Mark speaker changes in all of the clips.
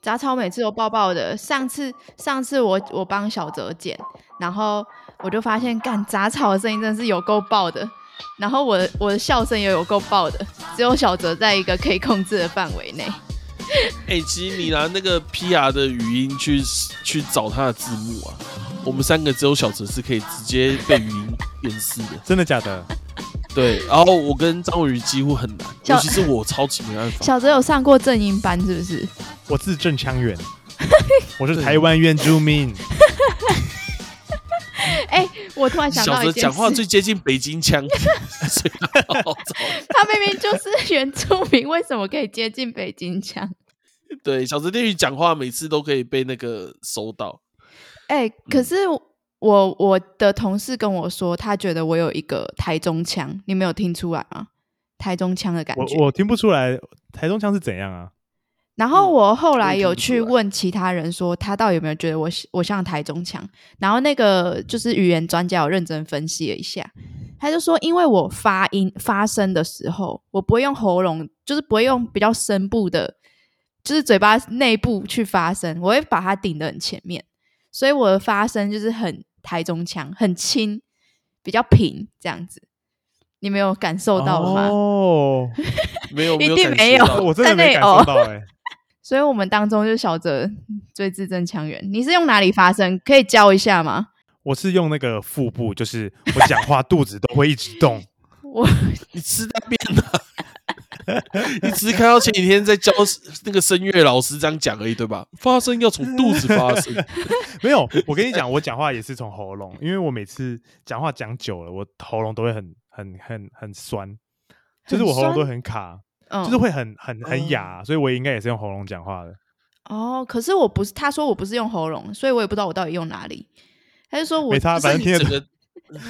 Speaker 1: 杂草每次都爆爆的。上次上次我我帮小泽剪，然后我就发现，干杂草的声音真的是有够爆的。然后我的我的笑声也有够爆的，只有小泽在一个可以控制的范围内。
Speaker 2: 哎、其实你拿那个 PR 的语音去去找他的字幕啊，我们三个只有小哲是可以直接被语音掩饰的。
Speaker 3: 真的假的？
Speaker 2: 对，然后我跟张宇几乎很难，
Speaker 1: 小
Speaker 2: 尤其是我超级没办法。
Speaker 1: 小泽有上过正音班是不是？
Speaker 3: 我字正腔 圆，我是台湾原住民。
Speaker 1: 我突然想
Speaker 2: 小
Speaker 1: 到一
Speaker 2: 哲
Speaker 1: 件
Speaker 2: 讲话
Speaker 1: 事，
Speaker 2: 最接近北京腔， 所以他好找
Speaker 1: 他明明就是 原住民，为什么可以接近北京腔？
Speaker 2: 对，小哲电语讲话每次都可以被那个收到。
Speaker 1: 哎、
Speaker 2: 嗯
Speaker 1: 可是我我的同事跟我说，他觉得我有一个台中腔，你没有听出来吗？台中腔的感
Speaker 3: 我
Speaker 1: 觉。
Speaker 3: 我听不出来台中腔是怎样啊？
Speaker 1: 然后我后
Speaker 2: 嗯我
Speaker 1: 来
Speaker 2: 也听
Speaker 1: 有
Speaker 2: 不出
Speaker 1: 去
Speaker 2: 来
Speaker 1: 问其他人说，他到底有没有觉得我我像台中腔？然后那个就是语言专家有认真分析了一下，他就说，因为我发音发声的时候，我不会用喉咙，就是不会用比较深部的，就是嘴巴内部去发声，我会把它顶得很前面，所以我的发声就是很台中腔，很轻，比较平这样子。你没有感受到了吗？
Speaker 3: 哦，
Speaker 2: 没有，
Speaker 1: 一
Speaker 2: 有
Speaker 1: 定
Speaker 2: 感
Speaker 1: 没有
Speaker 2: 受到
Speaker 3: 我真的
Speaker 1: 但
Speaker 3: 没感
Speaker 1: 那哦
Speaker 3: 受到哎、
Speaker 1: 所以我们当中就是小哲最字正腔圆。你是用哪里发声？可以教一下吗？
Speaker 3: 我是用那个腹部，就是我讲话肚子都会一 直动。
Speaker 1: 我
Speaker 2: 你吃大便了、 你只是看到前几天在教那个声乐老师这样讲而已，对吧？发声要从肚子发声，
Speaker 3: 没有，我跟你讲，我讲话也是从喉咙，因为我每次讲话讲久了，我喉咙都会很很很很酸，就是我喉咙都会很卡，
Speaker 1: 嗯，
Speaker 3: 就是会很很很哑，所以我应该也是用喉咙讲话的。
Speaker 1: 哦，可是我不是，他说我不是用喉咙，所以我也不知道我到底用哪里。他就说我
Speaker 3: 没差，
Speaker 1: 就是
Speaker 3: 反正
Speaker 1: 你
Speaker 3: 听得
Speaker 2: 整
Speaker 3: 懂。
Speaker 2: 个。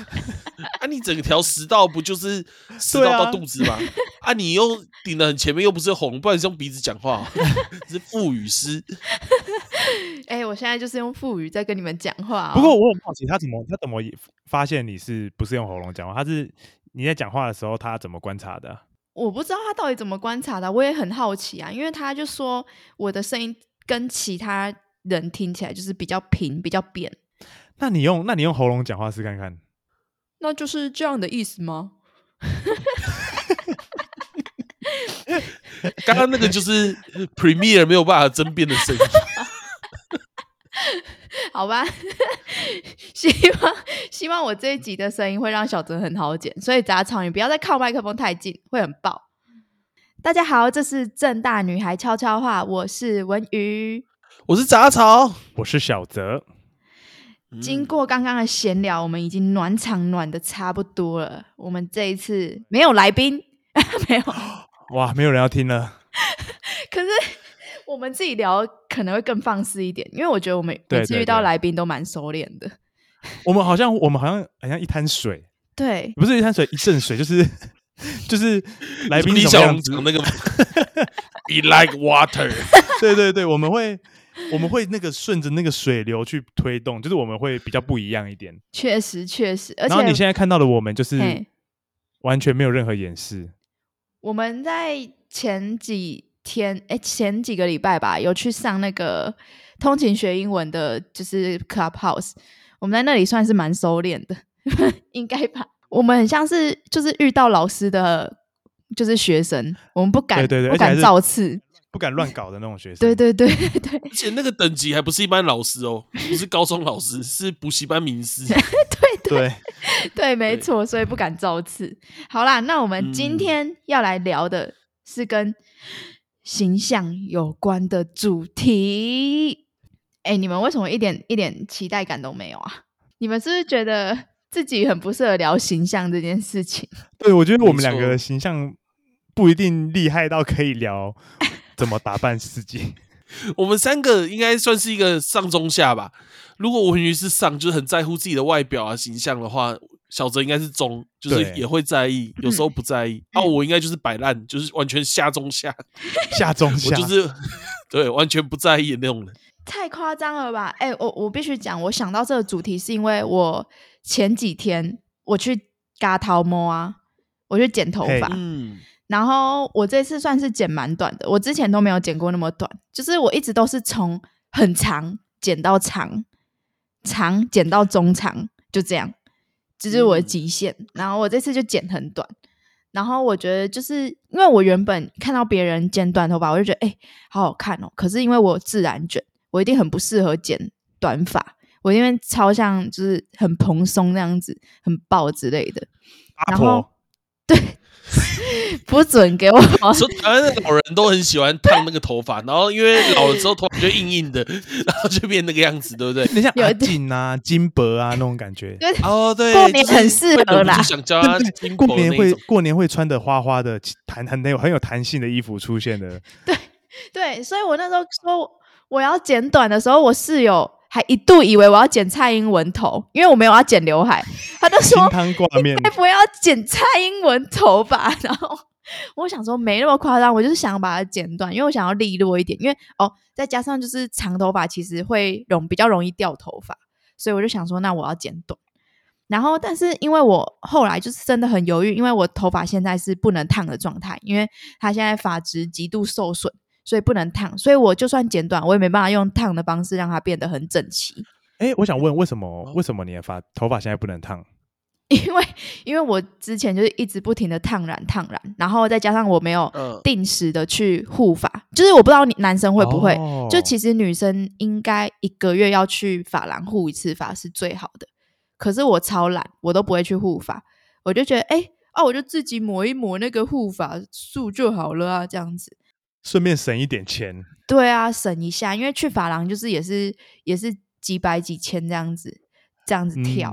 Speaker 2: 啊，你整条食道不就是食道到肚子吗？啊，你又顶得很前面，又不是红，不然你是用鼻子讲话、哦， 你是副语师。
Speaker 1: 哎、我现在就是用腹语在跟你们讲话、哦
Speaker 3: 不过，我很好奇，他怎么他怎么也发现你是不是用喉咙讲话？他是你在讲话的时候，他怎么观察的啊？
Speaker 1: 我不知道他到底怎么观察的，我也很好奇啊，因为他就说我的声音跟其他人听起来就是比较平、比较扁，
Speaker 3: 那你用那你用喉咙讲话试看看。
Speaker 1: 那就是这样的意思吗？
Speaker 2: 刚刚那个就是 Premier 没有办法争辩的声音。
Speaker 1: 好吧，希望希望我这一集的声音会让小泽很好剪，所以杂草你不要再靠麦克风太近，会很爆。大家好，这是正大女孩悄悄话，我是文瑜。
Speaker 2: 我是杂草，嗯
Speaker 3: 我是小泽，嗯
Speaker 1: 经过刚刚的闲聊，我们已经暖场暖的差不多了。我们这一次没有来宾， 没有，
Speaker 3: 哇，没有人要听了。
Speaker 1: 可是我们自己聊可能会更放肆一点，因为我觉得我们
Speaker 3: 对
Speaker 1: 每次
Speaker 3: 对
Speaker 1: 遇到
Speaker 3: 对
Speaker 1: 来宾都蛮收敛的。
Speaker 3: 我们好像我们好像好像一滩水，
Speaker 1: 对，
Speaker 3: 不是一滩水，一阵水，就是就是来宾
Speaker 2: 李
Speaker 3: 怎么
Speaker 2: 小
Speaker 3: 样
Speaker 2: 龙
Speaker 3: 子
Speaker 2: 讲那个，Be like water。
Speaker 3: 对对对，我们会我们会那个顺着那个水流去推动，就是我们会比较不一样一点。
Speaker 1: 确实确实，而
Speaker 3: 然后
Speaker 1: 且
Speaker 3: 你现在看到的我们就是
Speaker 1: 嘿
Speaker 3: 完全没有任何掩饰，
Speaker 1: 我们在前几天，哎，前几个礼拜吧，有去上那个通勤学英文的，就是 Clubhouse。我们在那里算是蛮收敛的， 应该吧？我们很像是就是遇到老师的，就是学生，我们不敢
Speaker 3: 对对对
Speaker 1: 不
Speaker 3: 而且还
Speaker 1: 敢
Speaker 3: 是
Speaker 1: 造次，
Speaker 3: 不敢乱搞的那种学生。
Speaker 1: 对对 对对
Speaker 2: 而且那个等级还不是一般老师哦，不是高中老师，是补习班名师。
Speaker 3: 对，
Speaker 1: 对，没
Speaker 2: 对
Speaker 1: 错，所以不敢造次。好啦，那我们今
Speaker 2: 嗯
Speaker 1: 天要来聊的是跟形象有关的主题。哎、你们为什么一点一点期待感都没有啊？你们是不是觉得自己很不适合聊形象这件事情？
Speaker 3: 对，我觉得我们两
Speaker 2: 没错
Speaker 3: 个形象不一定厉害到可以聊怎么打扮自己。
Speaker 2: 我们三个应该算是一个上中下吧。如果文瑜是上，就是很在乎自己的外表啊形象的话，小泽应该是中，就是
Speaker 3: 对
Speaker 2: 也会在意，有
Speaker 1: 嗯
Speaker 2: 时候不在意。啊，我应该就是摆烂，就是完全下中 下，
Speaker 3: 下中
Speaker 2: 我
Speaker 3: 下，
Speaker 2: 就是对完全不在意的那种人。
Speaker 1: 太夸张了吧！哎、我我必须讲，我想到这个主题是因为我前几天我去嘎桃摸啊，我去剪头
Speaker 3: 嘿
Speaker 1: 发，
Speaker 2: 嗯，
Speaker 1: 然后我这次算是剪蛮短的，我之前都没有剪过那么短，就是我一直都是从很长剪到长，长剪到中长，就这样，这、就是我的极限。然后我这次就剪很短，然后我觉得就是因为我原本看到别人剪短头发，我就觉得哎、欸、好好看哦，可是因为我自然卷，我一定很不适合剪短发。我因为超像就是很蓬松那样子，很爆之类的，
Speaker 3: 阿
Speaker 1: 然后
Speaker 3: 婆，
Speaker 1: 对，不准给我
Speaker 2: 说嗯台湾的老人都很喜欢烫那个头发，然后因为老了之后头发就硬硬的，然后就变那个样子，对不对？
Speaker 3: 你像
Speaker 1: 有
Speaker 3: 阿
Speaker 1: 一点
Speaker 3: 锦啊、金箔啊那种感觉，
Speaker 2: 哦，对，
Speaker 1: 过年很
Speaker 2: 就是
Speaker 1: 适合啦
Speaker 2: 忍不住想叫他
Speaker 3: 对不对？
Speaker 2: 金
Speaker 3: 过
Speaker 2: 箔
Speaker 3: 年
Speaker 2: 那
Speaker 3: 会
Speaker 2: 种。
Speaker 3: 过年会穿的花花的，弹很有很有弹性的衣服出 现的，
Speaker 1: 对，所以我那时候说我要剪短的时候，我室友还一度以为我要剪蔡英文头，因为我没有要剪刘海，他就
Speaker 3: 金
Speaker 1: 说
Speaker 3: 汤 挂面
Speaker 1: 你，该不会要剪蔡英文头吧？然后我想说没那么夸张，我就是想把它剪短，因为我想要利落一点，因为哦，再加上就是长头发其实会容比较容易掉头发，所以我就想说那我要剪短。然后，但是因为我后来就是真的很犹豫，因为我头发现在是不能烫的状态，因为它现在发质极度受损，所以不能烫，所以我就算剪短，我也没办法用烫的方式让它变得很整齐。
Speaker 3: 哎，我想问，为什么为什么你的发头发现在不能烫？
Speaker 1: 因为因为我之前就是一直不停的烫染烫染，然后再加上我没有
Speaker 2: 嗯
Speaker 1: 定时的去护发，就是我不知道你男生会不会，
Speaker 3: 哦
Speaker 1: 就其实女生应该一个月要去发廊护一次发是最好的，可是我超懒，我都不会去护发，我就觉得哎。啊，我就自己抹一抹那个护发素就好了啊，这样子。
Speaker 3: 顺便省一点钱，
Speaker 1: 对啊，省一下，因为去发廊就是也是也是几百几千这样子，这样子跳。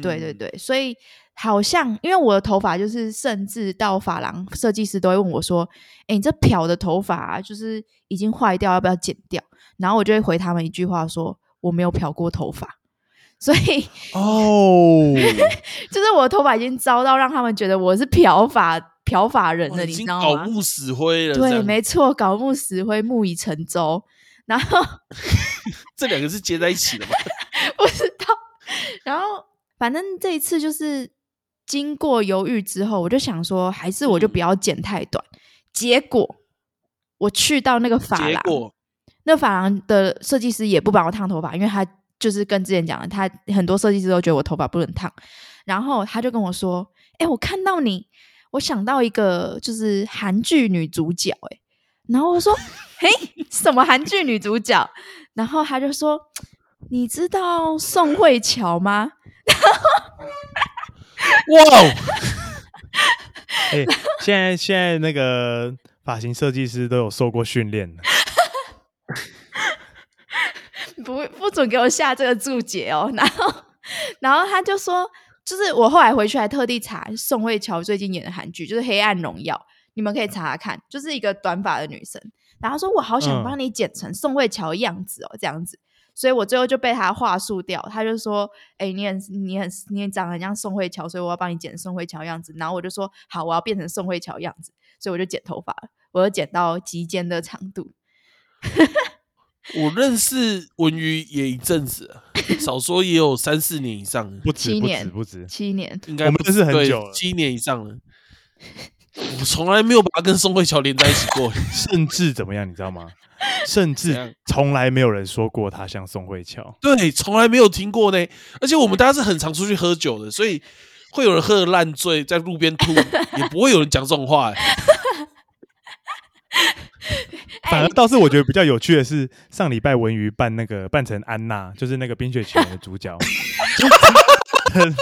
Speaker 2: 嗯
Speaker 1: 对对，对，所以好像因为我的头发就是，甚至到发廊设计师都会问我说：“哎，你这漂的头发、啊、就是已经坏掉，要不要剪掉？”然后我就会回他们一句话说：“我没有漂过头发。” 所以
Speaker 3: 哦，
Speaker 1: 就是我的头发已经糟到让他们觉得我是漂发漂发人
Speaker 2: 哇
Speaker 1: 了，
Speaker 2: 哦已
Speaker 1: 你
Speaker 2: 经
Speaker 1: 知
Speaker 2: 搞
Speaker 1: 道吗？
Speaker 2: 木死灰了。这
Speaker 1: 对，
Speaker 2: 样
Speaker 1: 没错，搞木死灰，木已成舟。然后
Speaker 2: 这两个是接在一起的嘛？
Speaker 1: 不知道。然后反正这一次就是经过犹豫之后，我就想说，还是我就
Speaker 2: 嗯
Speaker 1: 不要剪太短。结果我去到那个发
Speaker 2: 结
Speaker 1: 廊，
Speaker 2: 果
Speaker 1: 那发廊的设计师也不帮我烫头发，因为他就是跟之前讲的，他很多设计师都觉得我头发不能烫。然后他就跟我说：“哎、我看到你，我想到一个就是韩剧女主角、诶哎。”然后我说：“嘿，什么韩剧女主角？”然后他就说：“你知道宋慧乔吗？”
Speaker 2: 哇哦，
Speaker 3: 哎，现在现在那个发型设计师都有受过训练的，
Speaker 1: 不不准给我下这个注解哦。 然后，然后他就说，就是我后来回去还特地查宋慧乔最近演的韩剧，就是《黑暗荣耀》，你们可以查查看，就是一个短发的女生。然后她说我好想
Speaker 3: 嗯
Speaker 1: 帮你剪成宋慧乔的样子哦，这样子。所以我最后就被他话术掉，他就说：“哎、你很你很你很长得很像宋慧乔，所以我要帮你剪宋慧乔的样子。”然后我就说：“好，我要变成宋慧乔的样子。”所以我就剪头发了，我就剪到及肩的长度。
Speaker 2: 我认识文娱也一阵子了，少说也有三四年以上了，
Speaker 3: 不止
Speaker 1: 七
Speaker 3: 不
Speaker 1: 年
Speaker 3: 止不止，
Speaker 1: 七年，
Speaker 2: 应该
Speaker 3: 我们
Speaker 2: 不
Speaker 3: 认识很
Speaker 2: 对
Speaker 3: 久了
Speaker 2: 七年以上了。我从来没有把它跟宋慧乔连在一起 过，
Speaker 3: 甚至怎么样，你知道吗？甚
Speaker 2: 怎样
Speaker 3: 至从来没有人说过他像宋慧乔。
Speaker 2: 对，从来没有听过呢。而且我们大家是很常出去喝酒的，所以会有人喝得烂醉在路边吐，也不会有人讲这种话、哎
Speaker 1: 哎
Speaker 3: 反而倒是我觉得比较有趣的是，上礼拜文娱扮那个扮成安娜，就是那个《冰雪奇缘》的 主角，就是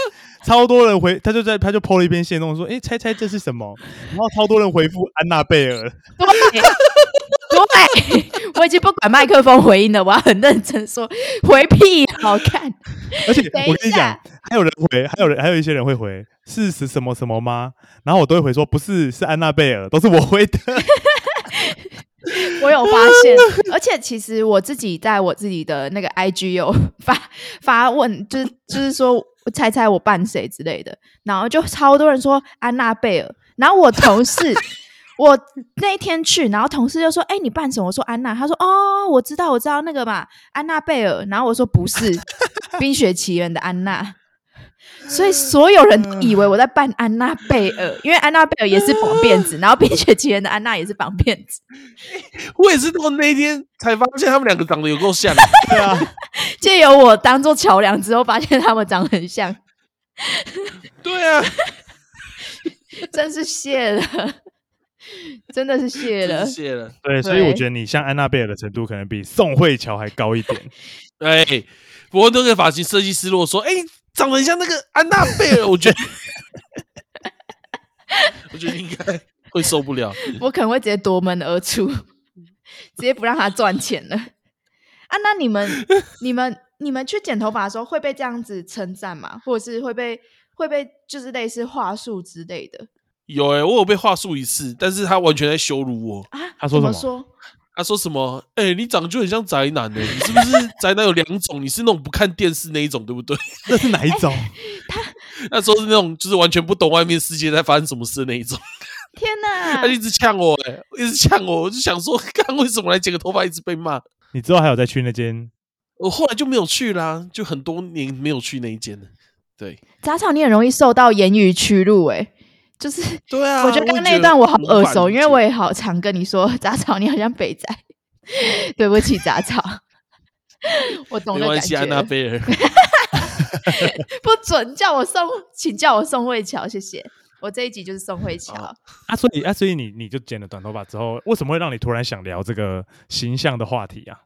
Speaker 3: 超 多人回，他就在他就 PO 了一篇线动说，诶，猜猜这是什 么？然后超多人回复安娜贝尔，
Speaker 1: 对，对， 我已经不管麦克风回音了，我要很认真说回屁，好看。
Speaker 3: 而且
Speaker 1: 等一
Speaker 3: 我跟你讲
Speaker 1: 下，
Speaker 3: 还有人回，还有人还有一些人会回是是什么什么吗？然后我都会回说不是，是安娜贝尔，都是我回的。
Speaker 1: 我有发现，而且其实我自己在我自己的那个 IG 有发发问，就是就是说猜猜我扮谁之类的，然后就超多人说安娜贝尔，然后我同事。我那一天去，然后同事就说：“哎、你扮什么？”我说：“安娜。”他说：“哦，我知道，我知道那个嘛，安娜贝尔。”然后我说：“不是，《冰雪奇缘》的安娜。”所以所有人都以为我在扮安娜贝尔，因为安娜贝尔也是绑辫子，然后《冰雪奇缘》的安娜也是绑辫子，
Speaker 2: 我也是到那一天才发现他们两个长得有够像的，
Speaker 3: 对啊，
Speaker 1: 借由我当做桥梁之后，发现他们长得很像，
Speaker 2: 对啊，
Speaker 1: 真是谢了，真的是谢了
Speaker 2: 真是。谢了。
Speaker 3: 对，所以我
Speaker 1: 对
Speaker 3: 觉得你像安娜贝尔的程度，可能比宋慧乔还高一点。
Speaker 2: 哎，不过那个发型设计师如果说，哎，长得很像那个安娜贝尔，我觉得，我觉得应该会受不了。
Speaker 1: 我可能会直接夺门而出，直接不让他赚钱了。啊，那你们、你们、你们去剪头发的时候会被这样子称赞吗？或者是会被会被就是类似话术之类的
Speaker 2: 有哎、我有被话术一次，但是他完全在羞辱我。
Speaker 1: 啊？
Speaker 3: 他说
Speaker 1: 怎么
Speaker 3: 什么
Speaker 1: 说？
Speaker 2: 他说什么？哎、你长得就很像宅男呢、你是不是宅男有两种？你是那种不看电视那一种，对不对？
Speaker 3: 这是哪一种？
Speaker 1: 哎
Speaker 2: 那时候是那种就是完全不懂外面世界在发生什么事的那一种。
Speaker 1: 天哪
Speaker 2: 他！就一直呛我、欸，一直呛我，我就想说， 看为什么来剪个头发一直被骂。
Speaker 3: 你之后还有再去那间？
Speaker 2: 我后来就没有去啦，就很多年没有去那一间了。对，
Speaker 1: 杂草，你很容易受到言语屈辱、欸，就是、
Speaker 2: 对啊，
Speaker 1: 我觉得刚刚那一段我好耳熟，因为我
Speaker 2: 也
Speaker 1: 也好常跟你说杂草，你好像北仔， 对不起杂草， 我懂
Speaker 2: 没
Speaker 1: 的感
Speaker 2: 关系，啊
Speaker 1: 觉
Speaker 2: 安
Speaker 1: 了。
Speaker 2: 娜 贝尔。
Speaker 1: 不准叫我宋，请叫我宋慧乔，谢谢。我这一集就是宋慧乔，
Speaker 2: 好
Speaker 3: 啊，所以啊，所以你你就剪了短头发之后，为什么会让你突然想聊这个形象的话题啊？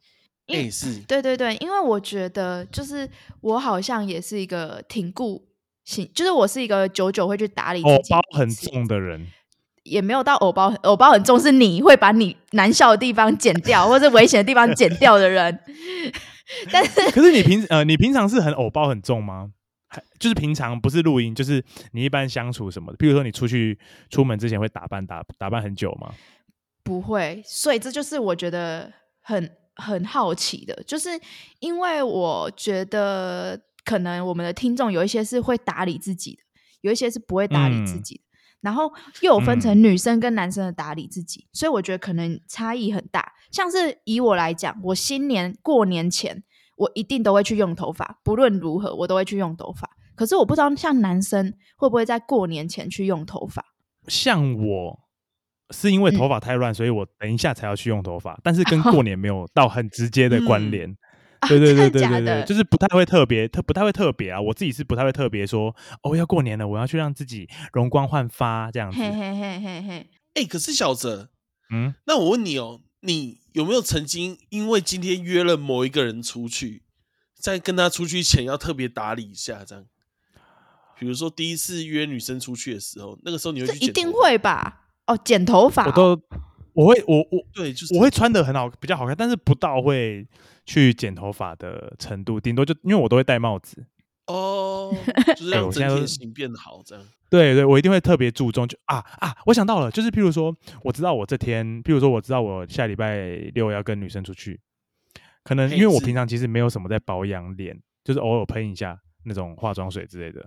Speaker 2: 哎、是
Speaker 1: 对对对，因为我觉得就是我好像也是一个挺固性，就是我是一个久久会去打理自
Speaker 3: 偶
Speaker 1: 己，
Speaker 3: 包很，重的人，
Speaker 1: 也没有到偶包，偶包很重，是你会把你难笑的地方剪掉，或者危险的地方剪掉的人。但是
Speaker 3: 可是你平呃，你平常是很偶包很重吗？还就是平常不是录音，就是你一般相处什么的，譬如说你出去出门之前会打扮打打扮很久吗？
Speaker 1: 不会，所以这就是我觉得很很好奇的，就是因为我觉得可能我们的听众有一些是会打理自己的，有一些是不会打理自
Speaker 3: 嗯
Speaker 1: 己的，然后又有分成
Speaker 3: 嗯
Speaker 1: 女生跟男生的打理自己，所以我觉得可能差异很大。像是以我来讲，我新年过年前我一定都会去用头发，不论如何我都会去用头发。可是我不知道像男生会不会在过年前去用头发。
Speaker 3: 像我是因为
Speaker 1: 嗯
Speaker 3: 头发太乱，所以我等一下才要去用头发，但是 跟过年没有到很直接的关联。
Speaker 1: 啊
Speaker 3: 对对
Speaker 1: 真的
Speaker 3: 对对
Speaker 1: 假
Speaker 3: 对
Speaker 1: 的
Speaker 3: 对，就是不太会特别特不太会特别啊，我自己是不太会特别说哦要过年了，我要去让自己容光焕发这样子。
Speaker 1: 嘿嘿嘿嘿嘿，
Speaker 2: 哎、可是小泽，
Speaker 3: 嗯，
Speaker 2: 那我问你哦，你有没有曾经因为今天约了某一个人出去，在跟他出去前要特别打理一下这样？比如说第一次约女生出去的时候，那个时候你会
Speaker 1: 这
Speaker 2: 去
Speaker 1: 一
Speaker 2: 剪
Speaker 1: 定
Speaker 2: 头发
Speaker 1: 会吧？哦，剪头发哦、
Speaker 3: 我都我会我我
Speaker 2: 对，就是
Speaker 3: 我会穿的很好，比较好看，但是不到会去剪头发的程度，顶多就因为我都会戴帽子。
Speaker 2: 哦，就是
Speaker 3: 哎
Speaker 2: 让
Speaker 3: 我
Speaker 2: 整
Speaker 3: 现在
Speaker 2: 体
Speaker 3: 都
Speaker 2: 的形变好这样。
Speaker 3: 对对，我一定会特别注重，就啊啊，我想到了，就是譬如说，我知道我这天，譬如说，我知道我下礼拜六要跟女生出去，可能
Speaker 1: 哎
Speaker 3: 因为我
Speaker 2: 嘿是
Speaker 3: 平常其实没有什么在保养脸，就是偶尔喷一下那种化妆水之类的。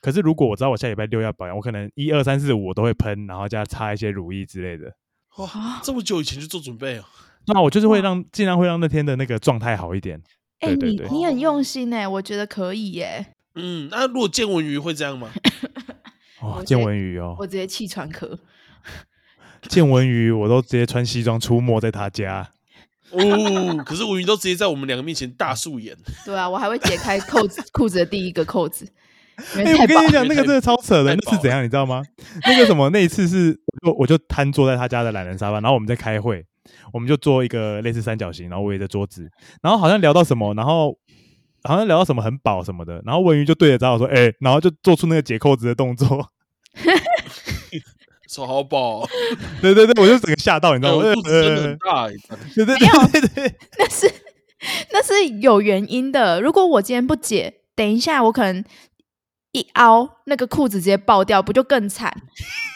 Speaker 3: 可是如果我知道我下礼拜六要保养，我可能一二三四五我都会喷，然后加擦一些乳液之类的。
Speaker 2: 哇
Speaker 1: 啊，
Speaker 2: 这么久以前就做准备哦。
Speaker 3: 那我就是会
Speaker 1: 哇
Speaker 3: 让尽量会让那天的那个状态好一点。
Speaker 1: 哎、
Speaker 3: 对对
Speaker 1: 你
Speaker 3: 对
Speaker 1: 你很用心哎、我觉得可以耶、
Speaker 2: 嗯，那如果见文鱼会这样吗？
Speaker 1: 我
Speaker 3: 哦，
Speaker 1: 觉
Speaker 3: 见
Speaker 1: 得
Speaker 3: 文鱼哦
Speaker 1: 我，直接气喘咳。
Speaker 3: 见文鱼，我都直接穿西装出没在他 家。
Speaker 2: 哦，可是文鱼都直接在我们两个面前大素颜。
Speaker 1: 对啊，我还会解开扣子裤子的第一个扣子，因
Speaker 3: 哎、
Speaker 1: 为太
Speaker 3: 我
Speaker 1: 饱
Speaker 3: 跟你
Speaker 1: 了。
Speaker 3: 讲，那个真的超扯
Speaker 2: 太
Speaker 3: 的，那是
Speaker 2: 饱
Speaker 3: 怎样，你知道吗？那个什么，那一次是我就我就瘫坐在他家的懒人沙发，然后我们在开会，我们就做一个类似三角形，然后围着桌子，然后好像聊到什么，然后好像聊到什么很饱什么的，然后文鱼就对着张我说：“哎、然后就做出那个解扣子的动作。
Speaker 2: 手好饱、哦，
Speaker 3: 对对对，我就整个吓到，你知
Speaker 2: 哎
Speaker 3: 道吗？
Speaker 2: 我
Speaker 3: 呃
Speaker 2: 肚子真的
Speaker 3: 呃
Speaker 2: 很大、欸。
Speaker 3: 对对对对对，
Speaker 1: 那是那是有原因的。如果我今天不解，等一下我可能一凹，那个裤子直接爆掉，不就更惨？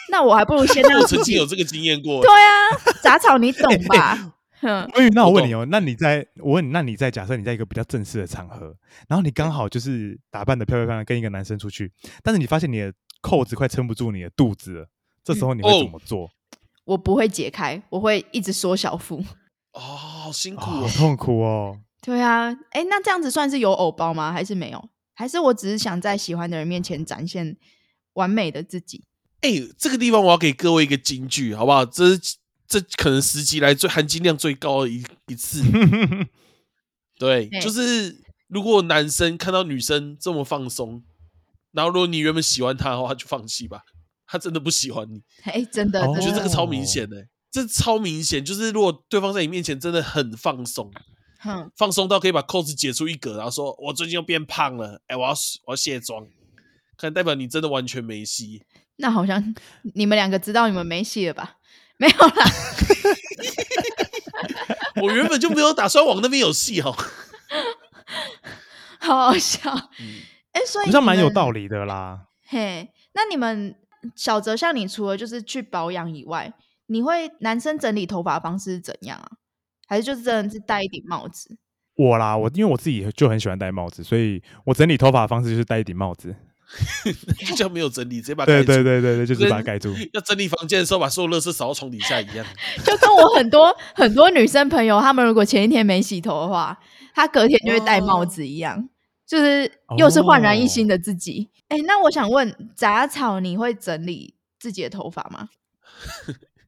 Speaker 1: 那我还不 如先让
Speaker 2: 我
Speaker 1: 自
Speaker 2: 曾经
Speaker 1: 己。
Speaker 2: 有这个经验过
Speaker 1: 对，啊，杂草你懂吧？ 嗯，
Speaker 3: 文宇，那我问
Speaker 2: 我懂
Speaker 3: 你哦，那你在我问你，那你在假设你在一个比较正式的场合，然后你刚好就是打扮的漂漂亮亮，跟一个男生出去，但是你发现你的扣子快撑不住你的肚子了，这时候你
Speaker 2: 哦
Speaker 3: 会怎么做？
Speaker 1: 我不会解开，我会一直缩小腹。
Speaker 2: 哦，好辛苦
Speaker 3: 哦
Speaker 2: 哦。
Speaker 3: 好痛苦
Speaker 1: 啊
Speaker 3: 哦！
Speaker 1: 对啊，哎，那这样子算是有偶包吗？还是没有？还是我只是想在喜欢的人面前展现完美的自己？
Speaker 2: 哎、这个地方我要给各位一个金句，好不好？这是这可能十集来最含金量最高的一一次。 对，
Speaker 1: 对
Speaker 2: 就是如果男生看到女生这么放松，然后如果你原本喜欢她的话，就放弃吧，她真的不喜欢你。
Speaker 1: 哎、真的，
Speaker 3: 哦
Speaker 2: 我
Speaker 1: 真
Speaker 2: 觉得
Speaker 1: 的
Speaker 2: 这个超明显的、这超明显，就是如果对方在你面前真的很放松，
Speaker 1: 哼，
Speaker 2: 放松到可以把扣子解出一格，然后说我最近又变胖了，哎、我要我要卸妆，可能代表你真的完全没戏。
Speaker 1: 那好像你们两个知道你们没戏了吧？ 没有啦，
Speaker 2: 我原本就没有打算往那边有戏哦。
Speaker 1: 好好笑。哎、所以
Speaker 3: 好像蛮有
Speaker 2: 啊
Speaker 1: 理。
Speaker 3: 道理的啦。
Speaker 1: 嘿，那你们小泽像你除了就是去保养以外，你会男生整理头发的方式是怎样啊？还是就是真的是戴一顶帽子？
Speaker 3: 我啦，我因为我自己就很喜欢戴帽子，所以我整理头发的方式就是戴一顶帽子。
Speaker 2: 就像没有整理，直接把它
Speaker 3: 对
Speaker 2: 盖住
Speaker 3: 对对对 对，就是把它
Speaker 2: 跟
Speaker 3: 盖住。
Speaker 2: 要整理房间的时候，把所有垃圾扫到床底下一样。
Speaker 1: 就跟我很多 很多女生朋友，她们如果前一天没洗头的话，她隔天就会戴帽子一
Speaker 3: 哦
Speaker 1: 样，就是又是焕然一新的自己。哎、那我想问，杂草你会整理自己的头发吗？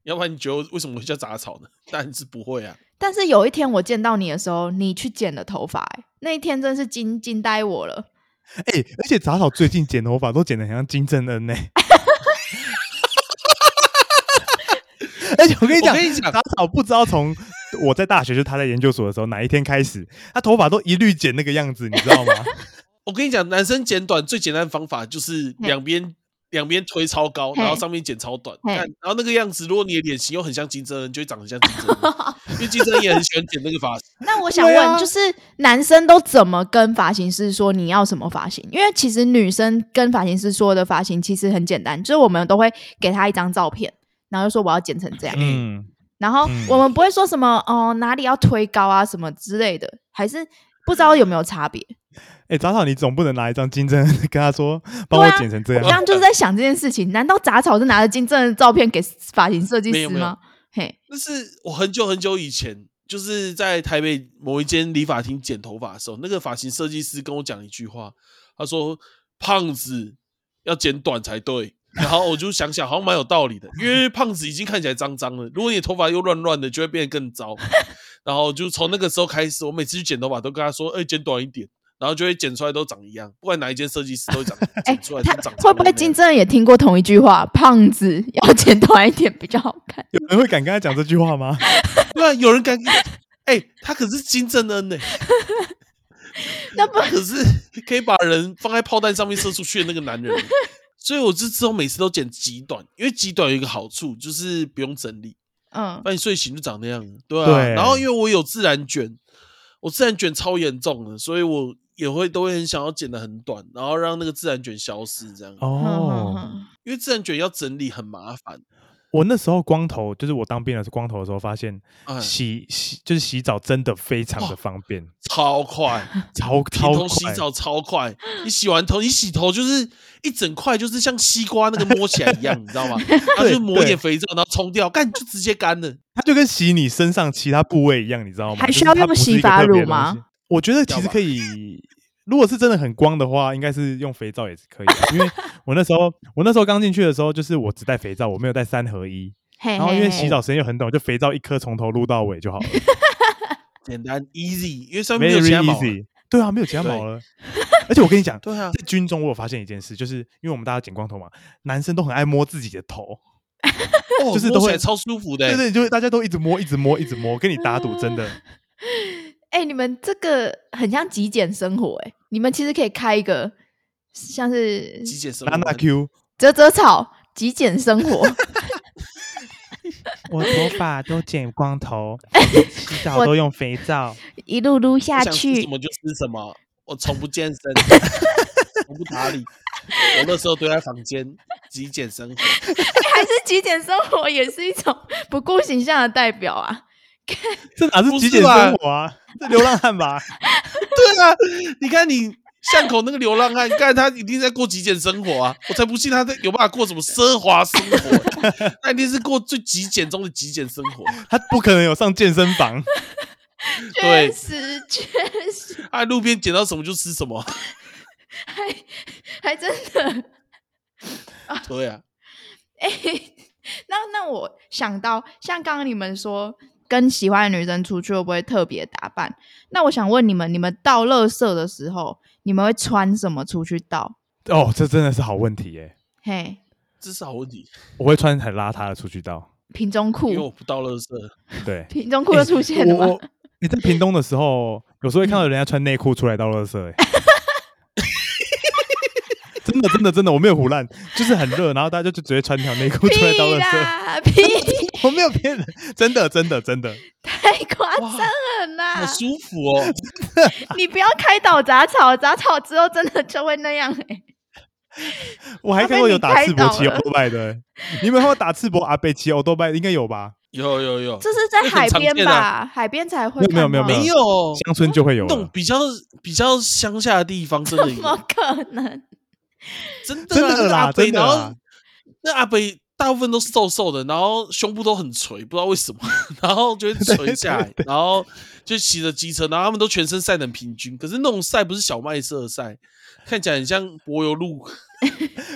Speaker 2: 要不然你觉得为什么会叫杂草呢？ 当然是不会啊。
Speaker 1: 但是有一天我见到你的时候，你去剪了头发、哎，那一天真是惊惊呆我了。
Speaker 3: 哎、而且杂草最近剪头发都剪得很像金正恩呢、 而且我跟你
Speaker 2: 我
Speaker 3: 讲，
Speaker 2: 跟 你讲
Speaker 3: 杂草不知道从我在大学，就是他在研究所的时候，哪一天开始，他头发都一律剪那个样子，你知道 吗？
Speaker 2: 我跟你讲，男生剪短最简单的方法就是两边两边推超高，
Speaker 1: 嘿
Speaker 2: 然后上面剪超短。
Speaker 1: 嘿
Speaker 2: 看然后那个样子，如果你的脸型又很像金正恩，就会长得像金正 恩，因为金正恩也很喜欢剪那个发型。
Speaker 1: 那我想
Speaker 3: 对
Speaker 1: 问，
Speaker 3: 啊
Speaker 1: 就是男生都怎么跟发型师说你要什么发型？因为其实女生跟发型师说的发型其实很简单，就是我们都会给她一张照片，然后就说我要剪成这样，
Speaker 3: 嗯，
Speaker 1: 然后
Speaker 3: 嗯
Speaker 1: 我们不会说什么哦哪里要推高啊什么之类的，还是不知道有没有差别。
Speaker 3: 哎、杂草，你总不能拿一张金正恩跟他说，
Speaker 1: 对
Speaker 3: 帮我
Speaker 1: 啊
Speaker 3: 剪成这
Speaker 1: 我
Speaker 3: 样。
Speaker 1: 刚刚就是在想这件事情，难道杂草是拿着金正恩的照片给发型设计
Speaker 2: 没
Speaker 1: 师
Speaker 2: 有没有
Speaker 1: 吗？嘿，
Speaker 2: 但是我很久很久以前，就是在台北某一间理发厅剪头发的时候，那个发型设计师跟我讲一句话，他说：“胖子要剪短才对。”然后我就想想，好像蛮有道理的，因为胖子已经看起来脏脏了，如果你头发又乱乱的，就会变得更 糟。然后就从那个时候开始，我每次去剪头发都跟他说：“哎、剪短一点。”然后就会剪出来都长一样，不管哪一间设计师都 会长，
Speaker 1: 哎
Speaker 2: 剪出来都
Speaker 1: 他
Speaker 2: 长。
Speaker 1: 会不会金？正恩也听过同一句话？胖子要剪短一点比较好看。
Speaker 3: 有人会敢跟他讲这句 话吗？
Speaker 2: 对啊，有人敢？哎、他可是金正恩呢、
Speaker 1: 那不
Speaker 2: 他 可是可以把人放在炮弹上面射出去的那个 男人，所以我就之后每次都剪极短，因为极短有一个好处就是不用整理，
Speaker 1: 嗯
Speaker 2: 不然你睡醒就长那样了，对啊。
Speaker 3: 对
Speaker 2: 然后因为我有自然卷，我自然卷超严重的，所以我也会都会很想要剪得很短，然后让那个自然卷消失这样。
Speaker 1: 哼哼
Speaker 3: 哦，
Speaker 1: 哼
Speaker 2: 因为自然卷要整理很麻烦，
Speaker 3: 我那时候光头，就是我当兵的时候光头的时候，发现
Speaker 2: 哎，
Speaker 3: 洗洗就是洗澡真的非常的方便，
Speaker 2: 超快，
Speaker 3: 超
Speaker 2: 平
Speaker 3: 超
Speaker 2: 头
Speaker 3: 快。
Speaker 2: 洗澡超快，你洗完头，你洗头就是一整块，就是像西瓜那个摸起来一样，你知道 吗？然后就抹一点肥皂，然后冲掉，干就直接干了。
Speaker 3: 它就跟洗你身上其他部位一样，你知道吗？
Speaker 1: 还
Speaker 3: 就是
Speaker 1: 需要
Speaker 3: 它
Speaker 1: 用
Speaker 3: 不是
Speaker 1: 洗
Speaker 3: 一个
Speaker 1: 发
Speaker 3: 特别
Speaker 1: 乳
Speaker 3: 的东
Speaker 1: 吗
Speaker 3: 西？我觉得其
Speaker 2: 要
Speaker 3: 实
Speaker 2: 吧
Speaker 3: 可以， 如果是真的很光的话，应该是用肥皂也是可 以啊的。因为我那时候，我那时候刚进去的时候，就是我只带肥皂，我没有带三合一。
Speaker 1: 嘿
Speaker 3: 然后因为
Speaker 1: 嘿
Speaker 3: 洗澡时间又很短，就肥皂一颗从头撸到尾就好 了
Speaker 2: 简单 easy，因为上面没有
Speaker 3: ，very
Speaker 2: 其他毛啊。
Speaker 3: easy。对啊，没有其他毛
Speaker 2: 对
Speaker 3: 了。而且我跟你讲，
Speaker 2: 对啊，
Speaker 3: 在军中我有发现一件事，就是因为我们大家剪光头嘛，男生都很爱摸自己的头。
Speaker 2: 哦
Speaker 3: 就是
Speaker 2: 摸
Speaker 3: 都
Speaker 2: 起
Speaker 3: 会
Speaker 2: 来超舒服的
Speaker 3: 对
Speaker 2: 欸。
Speaker 3: 对，就是大家都一直摸，一直摸，一直摸，跟你打 赌，真的。
Speaker 2: 嗯
Speaker 1: 哎、你们这个很像极简生活哎、你们其实可以开一个像 是
Speaker 2: 极简生活
Speaker 3: 拉娜 Q，
Speaker 1: 折折草极简生 活，
Speaker 3: 我头发都剪光 头，洗
Speaker 1: 我
Speaker 3: 澡都用肥皂。
Speaker 1: 一路撸下
Speaker 2: 我想吃
Speaker 1: 去
Speaker 2: 什。么就吃什么，我从不健身， 从不打理。我那时候都在房间极简生活，
Speaker 1: 还是极简生活也是一种不顾形象的代表啊！
Speaker 3: 这哪是
Speaker 2: 不
Speaker 3: 极
Speaker 2: 是
Speaker 3: 简
Speaker 2: 吧
Speaker 3: 生活啊？这流浪汉 吧？
Speaker 2: 对啊，你看你巷口那个流浪汉，干他一定在过极简生活啊！我才不信他在有办法过什么奢华生活、 那一定是过最极简中的极简生活。
Speaker 3: 他不可能有上健身房。
Speaker 1: 确
Speaker 2: 对
Speaker 1: 实，确实，
Speaker 2: 他在路边捡到什么就吃什么，
Speaker 1: 还还哎真的
Speaker 2: 对啊，
Speaker 1: 哎、那那我想到，像刚刚你们说跟喜欢的女生出去会不会特别打扮？那我想问你们，你们倒垃圾的时候，你们会穿什么出去倒？
Speaker 3: 哦，这真的是好问题耶！
Speaker 1: 嘿，
Speaker 2: 这是好问题，
Speaker 3: 我会穿很邋遢的出去倒。
Speaker 1: 瓶中
Speaker 2: 因为我
Speaker 1: 裤，
Speaker 2: 不到垃圾，
Speaker 3: 对，
Speaker 1: 瓶 中裤又出现了
Speaker 3: 我
Speaker 1: 吗？
Speaker 3: 我你在屏东的时候，有时候会看到人家穿内裤出来倒垃 圾、欸，真的真的真的，我没有胡乱，就是很热，然后大家就直接穿条内裤出来倒
Speaker 1: 屁
Speaker 3: 垃圾，
Speaker 1: 啦，屁，
Speaker 3: 我没有骗人，真的真的真的，
Speaker 1: 太夸
Speaker 2: 哇
Speaker 1: 张了
Speaker 2: 好
Speaker 1: 啦！
Speaker 2: 舒服哦。
Speaker 1: 你不要开导杂草，杂草之后真的就会那样哎、
Speaker 3: 我还
Speaker 1: 他
Speaker 3: 看
Speaker 1: 被
Speaker 3: 过有
Speaker 1: 你
Speaker 3: 打
Speaker 1: 开
Speaker 3: 赤膊
Speaker 1: 导
Speaker 3: 骑
Speaker 1: 了
Speaker 3: 欧多拜的、欸，你们有看过打赤膊阿贝骑欧多拜应该有吧？
Speaker 2: 有有有，
Speaker 1: 这是在
Speaker 2: 那很
Speaker 1: 海
Speaker 2: 常
Speaker 1: 边
Speaker 2: 见
Speaker 1: 吧？
Speaker 2: 啊
Speaker 1: 海边才会
Speaker 3: 没有没有
Speaker 1: 看
Speaker 3: 没有
Speaker 1: 到
Speaker 2: 没有哦
Speaker 3: 乡村就会有
Speaker 2: 那种
Speaker 3: 了，
Speaker 2: 比较比较乡下的地方，真的
Speaker 1: 怎么
Speaker 2: 有，
Speaker 1: 可能？
Speaker 2: 真的
Speaker 3: 真
Speaker 2: 啊那
Speaker 3: 的
Speaker 2: 个阿
Speaker 3: 啦
Speaker 2: 北
Speaker 3: 真的
Speaker 2: 然
Speaker 3: 啦
Speaker 2: 后。那阿北大部分都是瘦瘦的，然后胸部都很垂，不知道为什么， 然后就会垂下来，然后就骑着机车，然后他们都全身晒得很平均，可是那种晒不是小麦色的晒，看起来很像柏油路，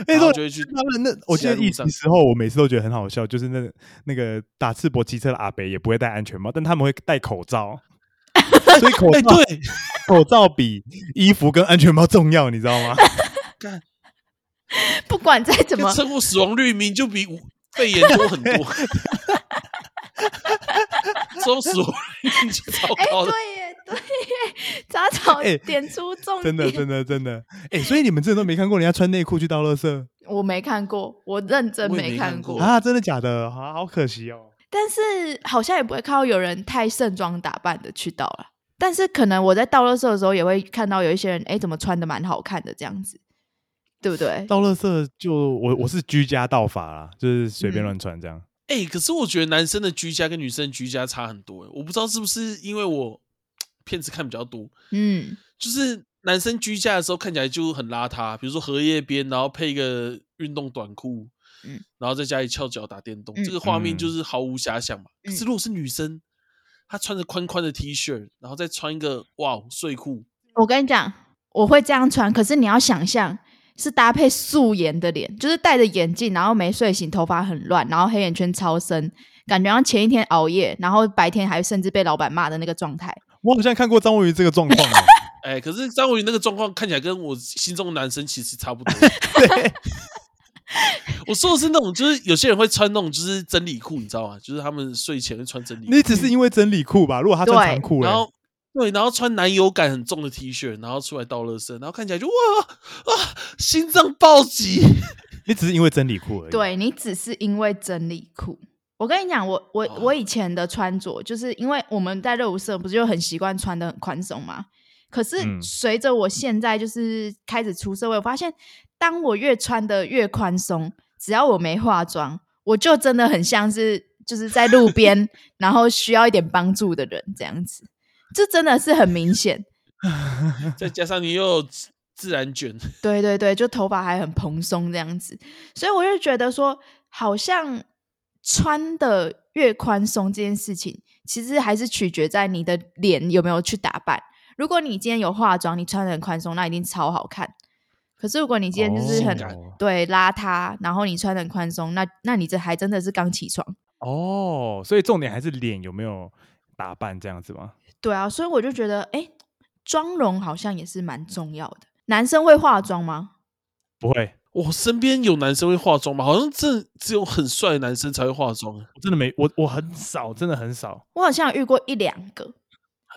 Speaker 3: 那
Speaker 2: 然
Speaker 3: 时
Speaker 2: 后
Speaker 3: 候
Speaker 2: 就会去
Speaker 3: 他们那，哎我记得
Speaker 2: 路
Speaker 3: 疫
Speaker 2: 上
Speaker 3: 情时候，我每次都觉得很好笑，就是那那个打赤膊骑车的阿北也不会戴安全帽，但他们会戴口罩， 所以口
Speaker 2: 哎、
Speaker 3: 罩、
Speaker 2: 对，
Speaker 3: 口罩比衣服跟安全帽重要，你知 道吗？
Speaker 2: 干
Speaker 1: 不管再怎么
Speaker 2: 车祸死亡率明明就比武 肺炎多 很多，这种死亡率明明就超
Speaker 1: 哎、
Speaker 2: 高的。
Speaker 1: 对耶，对耶， 杂草
Speaker 3: 哎
Speaker 1: 点出重点。
Speaker 3: 真的，真的，真的，哎、所以你们真的都没看过人家穿内裤去倒垃圾
Speaker 1: 我没看过，我认真
Speaker 2: 我也没
Speaker 1: 看
Speaker 2: 看过
Speaker 3: 啊？真的假的？好、好可惜哦。
Speaker 1: 但是好像也不会看到有人太盛装打扮的去倒了。但是可能我在倒垃圾的时候，也会看到有一些人，哎、怎么穿的蛮好看的这样子，对不对？
Speaker 3: 倒垃圾就我我是居家倒法啦，就是随便
Speaker 1: 嗯
Speaker 3: 乱穿这样。
Speaker 2: 哎、可是我觉得男生的居家跟女生的居家差很多、欸，我不知道是不是因为我片子看比较多，
Speaker 1: 嗯，
Speaker 2: 就是男生居家的时候看起来就很邋遢，比如说荷叶边，然后配一个运动短裤，
Speaker 1: 嗯
Speaker 2: 然后在家里翘脚打电动，
Speaker 1: 嗯
Speaker 2: 这个画面就是毫无遐想嘛。
Speaker 1: 嗯
Speaker 2: 可是如果是女生，她穿着宽宽的 T 恤，然后再穿一个哇睡裤，
Speaker 1: 我跟你讲，我会这样穿，可是你要想象是搭配素颜的脸，就是戴着眼镜，然后没睡醒，头发很乱，然后黑眼圈超深，感觉像前一天熬夜，然后白天还甚至被老板骂的那个状态。
Speaker 3: 我好像看过张文宇这个状况、 哦，
Speaker 1: 嗯
Speaker 2: 哎、可是张文宇那个状况看起来跟我心中的男生其实差 不多。 我说的是那种，就是有些人会穿那种就是真理裤，你知道吗？就是他们睡前会穿真理裤。
Speaker 3: 你只是因欸为真理裤吧？如果他穿
Speaker 1: 对
Speaker 3: 长裤嘞
Speaker 2: 然，后对，然后穿男友感很重的 T 恤，然后出来倒垃圾，然后看起来就哇啊，心脏暴 击。
Speaker 3: 你只是因为真理裤而已。
Speaker 1: 对你只是因为整理裤。我跟你讲，我我
Speaker 2: 哦
Speaker 1: 我以前的穿着，就是因为我们在热舞社不是就很习惯穿的很宽松嘛。可是
Speaker 3: 嗯
Speaker 1: 随着我现在就是开始出社会，我发现当我越穿的越宽松，只要我没化妆，我就真的很像是就是在路边， 然后需要一点帮助的人这样子。这真的是很明显，
Speaker 2: 再加上你又有自自然卷，
Speaker 1: 对对对，就头发还很蓬松这样子，所以我就觉得说，好像穿的越宽松这件事情，其实还是取决在你的脸有没有去打扮。如果你今天有化妆，你穿的很宽松，那一定超好看。可是如果你今天就是
Speaker 2: 哦
Speaker 1: 很、
Speaker 2: 性感
Speaker 1: 对邋遢，然后你穿的很宽松，那那你这还真的是刚起床。
Speaker 3: 哦，所以重点还是脸有没有打扮这样子吗？
Speaker 1: 对啊，所以我就觉得，哎，妆容好像也是蛮重要的。男生会化妆吗？
Speaker 3: 不会，
Speaker 2: 我身边有男生会化妆吗？好像这只有很帅的男生才会化妆。欸
Speaker 3: 我真的没，我我很少，真的很少，
Speaker 1: 我好像有遇过一两个，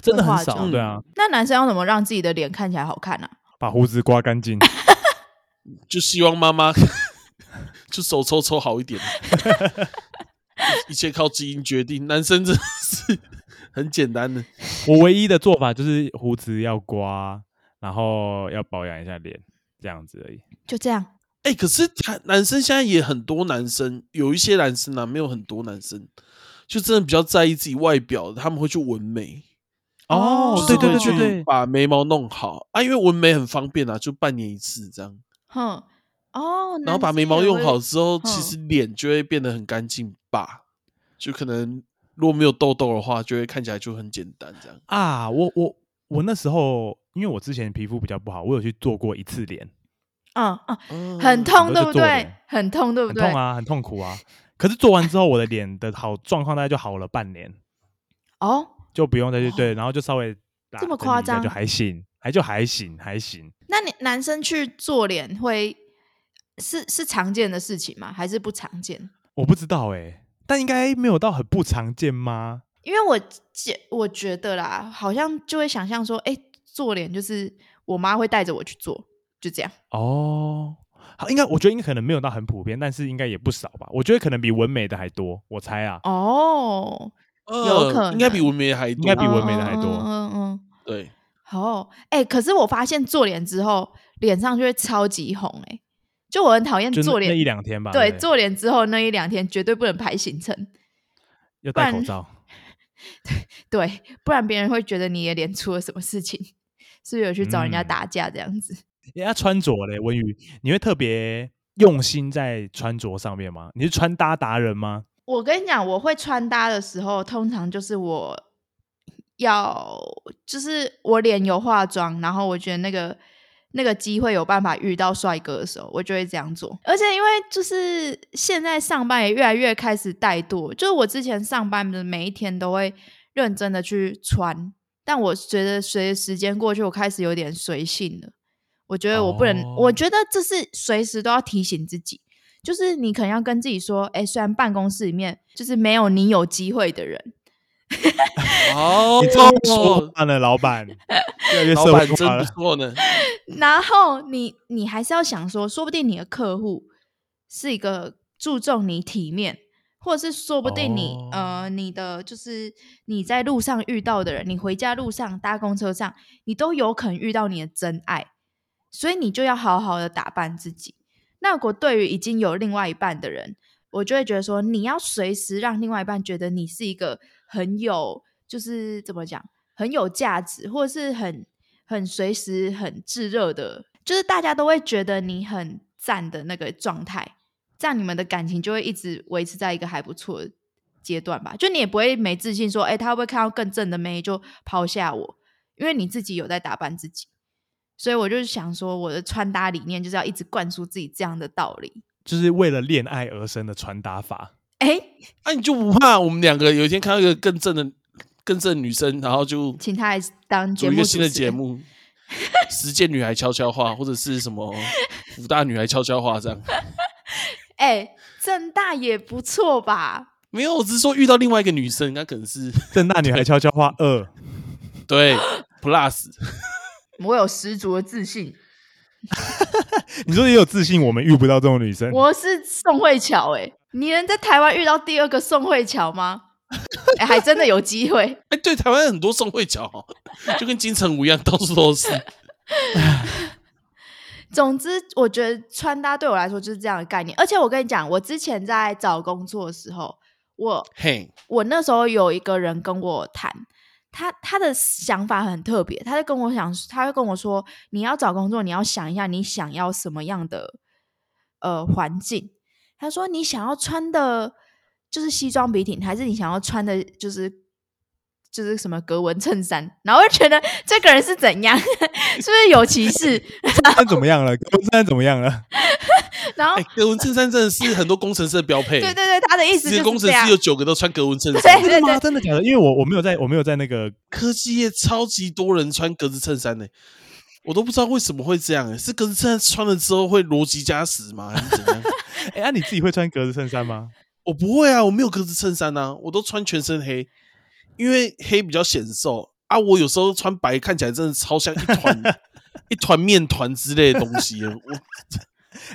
Speaker 3: 真的很
Speaker 1: 化
Speaker 3: 少。
Speaker 2: 妆
Speaker 3: 对啊，
Speaker 1: 那男生要怎么让自己的脸看起来好看呢、啊？
Speaker 3: 把胡子刮 干净。
Speaker 2: 就希望妈妈就手抽抽好一点，一切靠基因决定。男生真的是很简单的，
Speaker 3: 我唯一的做法就是胡子要刮，然后要保养一下脸，这样子而已。
Speaker 1: 就这样，
Speaker 2: 哎、可是他男生现在也很多，男生有一些男生啊，没有很多男生，就真的比较在意自己外表，他们会去纹眉，
Speaker 1: 哦
Speaker 2: 就是
Speaker 3: 对对
Speaker 2: 会
Speaker 3: 对对
Speaker 2: 去
Speaker 3: 对，
Speaker 2: 把眉毛弄好啊，因为纹眉很方便啊，就半年一次这样，
Speaker 1: 哼，哦，
Speaker 2: 然后
Speaker 1: 男
Speaker 2: 把
Speaker 1: 生
Speaker 2: 眉毛
Speaker 1: 也
Speaker 2: 用
Speaker 1: 会
Speaker 2: 好，之后，
Speaker 1: 嗯
Speaker 2: 其实脸就会变得很干净吧，就可能如果没有痘痘的话，就会看起来就很简单这样。
Speaker 3: 啊，我我我那时候因为我之前皮肤比较不好，我有去做过一次脸，
Speaker 1: 嗯嗯，
Speaker 2: 嗯
Speaker 1: 很痛，
Speaker 3: 嗯
Speaker 1: 对不
Speaker 3: 就做
Speaker 1: 对
Speaker 3: 脸？
Speaker 1: 很痛，对不
Speaker 3: 很
Speaker 1: 对？
Speaker 3: 痛啊，很痛苦啊。可是做完之后，我的脸的好状况大概就好了半年，
Speaker 1: 哦，
Speaker 3: 就不用再去
Speaker 1: 哦
Speaker 3: 对，然后就稍微打
Speaker 1: 这么
Speaker 3: 针一
Speaker 1: 夸
Speaker 3: 下
Speaker 1: 张
Speaker 3: 就还行，还就还行，还行。
Speaker 1: 那你男生去做脸会是是常见的事情吗？还是不常见？
Speaker 3: 我不知道哎、但应该没有到很不常见吗？
Speaker 1: 因为我姐我觉得啦，好像就会想象说，哎，做脸就是我妈会带着我去做，就这样。
Speaker 3: 哦，好，应该我觉得应该可能没有到很普遍，但是应该也不少吧。我觉得可能比纹眉的还多，我猜啊。
Speaker 1: 哦，有
Speaker 2: 呃
Speaker 1: 可
Speaker 2: 应该比
Speaker 1: 能
Speaker 2: 文梅还应
Speaker 3: 应该比
Speaker 1: 嗯
Speaker 3: 纹眉的还
Speaker 1: 嗯
Speaker 3: 多
Speaker 1: 嗯嗯嗯。
Speaker 2: 对，
Speaker 1: 哦，哎、可是我发现做脸之后，脸上就会超级红、哎，就我很讨厌
Speaker 3: 就那
Speaker 1: 做
Speaker 3: 那
Speaker 1: 脸，
Speaker 3: 一两天吧。
Speaker 1: 对，
Speaker 3: 不
Speaker 1: 做脸之后那一两天绝对不能排行程，
Speaker 3: 要
Speaker 1: 不
Speaker 3: 戴
Speaker 1: 然
Speaker 3: 口罩。
Speaker 1: 对，不然别人会觉得你的脸出了什么事情，是不是有去找人家
Speaker 3: 嗯
Speaker 1: 打架这样子？
Speaker 3: 人家哎穿着嘞，文宇，你会特别用心在穿着上面吗？你是穿搭达人吗？
Speaker 1: 我跟你讲，我会穿搭的时候，通常就是我要，就是我脸有化妆，然后我觉得那个那个机会有办法遇到帅哥的时候，我就会这样做。而且因为就是现在上班也越来越开始怠惰，就是我之前上班的每一天都会认真的去穿，但我觉得随着时间过去，我开始有点随性了。我觉得我不能，我
Speaker 3: 哦
Speaker 1: 觉得这是随时都要提醒自己。就是你可能要跟自己说，哎、虽然办公室里面就是没有你有机会的人，
Speaker 2: 哦，
Speaker 3: 你这么说话呢，老 板，越来越
Speaker 2: 老
Speaker 3: 社
Speaker 2: 板
Speaker 3: 会
Speaker 2: 真
Speaker 3: 化
Speaker 2: 不
Speaker 3: 了。
Speaker 2: 错呢。
Speaker 1: 然后你你还是要想说，说不定你的客户是一个注重你体面，或者是说不定你、
Speaker 3: 哦
Speaker 1: 呃你的就是你在路上遇到的人，你回家路上搭公车上，你都有可能遇到你的真爱，所以你就要好好的打扮自己。那如果对于已经有另外一半的人，我就会觉得说，你要随时让另外一半觉得你是一个很有，就是怎么讲，很有价值，或者是很很随时很炙热的，就是大家都会觉得你很赞的那个状态，这样你们的感情就会一直维持在一个还不错的阶段吧。就你也不会没自信说，哎、他会不会看到更正的妹就抛下我？因为你自己有在打扮自己，所以我就是想说，我的穿搭理念就是要一直灌输自己这样的道理。
Speaker 3: 就是为了恋爱而生的穿搭法，
Speaker 1: 哎、
Speaker 2: 那、啊你就不怕我们两个有一天看到一个更正的、更正的女生，然后就
Speaker 1: 请他来当节
Speaker 2: 组
Speaker 1: 目
Speaker 2: 一个新的
Speaker 1: 主持
Speaker 2: 节
Speaker 1: 人
Speaker 2: 目， 实践女孩悄悄话，或者是什么福大女孩悄悄话这样？
Speaker 1: 哎、正大也不错吧？
Speaker 2: 没有，我只是说遇到另外一个女生，她可能是
Speaker 3: 正大女孩悄悄话二，
Speaker 2: 对 plus
Speaker 1: 我有十足的自信，
Speaker 3: 你说也有自信，我们遇不到这种女生。
Speaker 1: 我是宋慧乔、哎，你能在台湾遇到第二个宋慧乔吗？哎，还真的有机会。
Speaker 2: 哎，对，台湾很多宋慧乔哦，就跟金城武一样，到处都是。
Speaker 1: 总之，我觉得穿搭对我来说就是这样的概念。而且我跟你讲，我之前在找工作的时候，我
Speaker 2: 嘿，
Speaker 1: 我那时候有一个人跟我谈，他他的想法很特别，他就跟我想，他就跟我说，你要找工作，你要想一下你想要什么样的呃环境。他说你想要穿的，就是西装笔挺，还是你想要穿的，就是就是什么格纹衬衫？然后我就觉得这个人是怎样， 是不是有歧视？
Speaker 3: 那怎么样了？我现在怎么样 了？
Speaker 1: 然后
Speaker 2: 哎，格纹衬衫真的是很多工程师的标配。
Speaker 1: 对对对，他的意思
Speaker 2: 十个
Speaker 1: 就
Speaker 2: 工
Speaker 1: 是这
Speaker 2: 程
Speaker 1: 样
Speaker 2: 师有。九个都穿格纹衬衫。
Speaker 1: 对对
Speaker 3: 真的
Speaker 1: 对
Speaker 3: 吗？真的假的？因为我我没有在，我没有在那个
Speaker 2: 科技业超级多人穿格子衬衫呢、我都不知道为什么会这样、欸，是格子衬衫穿了之后会逻辑加时吗？还是怎样？
Speaker 3: 哎，那、你自己会穿格子衬衫吗？
Speaker 2: 我不会啊，我没有格子衬衫啊，我都穿全身黑，因为黑比较显瘦啊。我有时候穿白看起来真的超像一团 一团面团之类的东西，我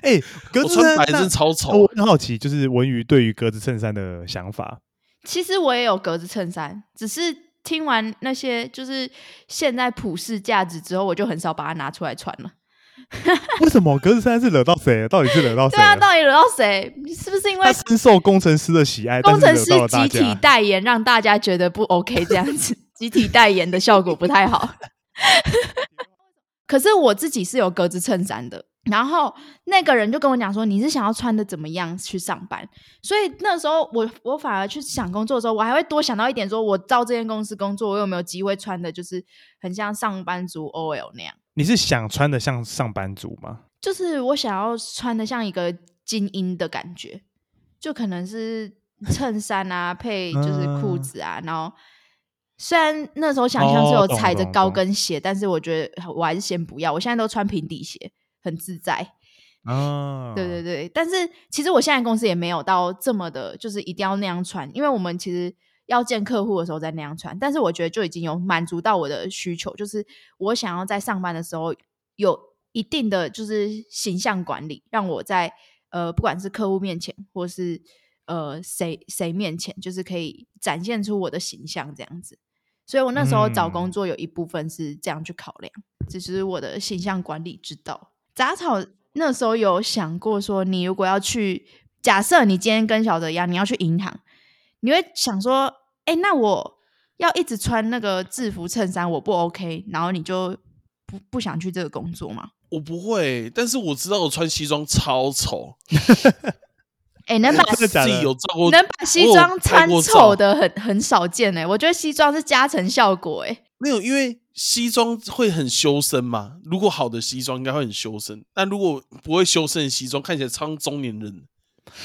Speaker 3: 哎、 格
Speaker 2: 我
Speaker 3: 子
Speaker 2: 穿
Speaker 3: 衬
Speaker 2: 白真的
Speaker 3: 衫。
Speaker 2: 超
Speaker 3: 那哦我
Speaker 2: 丑。
Speaker 3: 很好奇，就是文宇对于格子衬衫的想法。
Speaker 1: 其实我也有格子衬衫，只是听完那些就是现在普世价值之后，我就很少把它拿出来穿了。
Speaker 3: 为什么格子衬衫是惹到谁了？到底是惹到谁
Speaker 1: 对啊，
Speaker 3: 了？
Speaker 1: 到底惹到谁？是不是因为
Speaker 3: 他深受工程师的喜爱，
Speaker 1: 工程
Speaker 3: 但是
Speaker 1: 师
Speaker 3: 惹到了大
Speaker 1: 集体
Speaker 3: 家。
Speaker 1: 代言，让大家觉得不 OK 这样子，集体代言 的效果不太好。可是我自己是有格子衬衫的，然后那个人就跟我讲说，你是想要穿的怎么样去上班？所以那时候我我反而去想工作的时候，我还会多想到一点说，我到这间公司工作，我有没有机会穿的就是很像上班族 OL 那样？
Speaker 3: 你是想穿的像上班族吗？
Speaker 1: 就是我想要穿的像一个精英的感觉，就可能是衬衫啊，配就是裤子啊，然后虽然那时候想象是
Speaker 3: 嗯哦
Speaker 1: 有
Speaker 3: 懂
Speaker 1: 踩着
Speaker 3: 懂
Speaker 1: 高
Speaker 3: 懂
Speaker 1: 跟鞋，但是我觉得我还是先不要，我现在都穿平底鞋，很自在。
Speaker 3: 啊，
Speaker 1: 对对对，但是其实我现在公司也没有到这么的，就是一定要那样穿，因为我们其实要见客户的时候再那样穿。但是我觉得就已经有满足到我的需求，就是我想要在上班的时候有一定的就是形象管理，让我在呃不管是客户面前或是呃谁谁面前，就是可以展现出我的形象这样子。所以我那时候找工
Speaker 3: 嗯
Speaker 1: 作有一部分是这样去考量。这是我的形象管理之道。杂草那时候有想过说，你如果要去，假设你今天跟小泽一样，你要去银行，你会想说，哎、那我要一直穿那个制服衬衫，我不 OK，然后你就不不想去这个工作吗？
Speaker 2: 我不会，欸但是我知道我穿西装超丑，
Speaker 1: 哎、能把
Speaker 3: 真的假
Speaker 2: 自
Speaker 3: 的
Speaker 2: 己有照过，
Speaker 1: 能把西装穿
Speaker 2: 我有拍过
Speaker 1: 丑
Speaker 2: 照
Speaker 1: 的很很少见哎、我觉得西装是加成效果哎、
Speaker 2: 没有，因为西装会很修身嘛。如果好的西装应该会很修身，但如果不会修身的西装，看起来像中年人。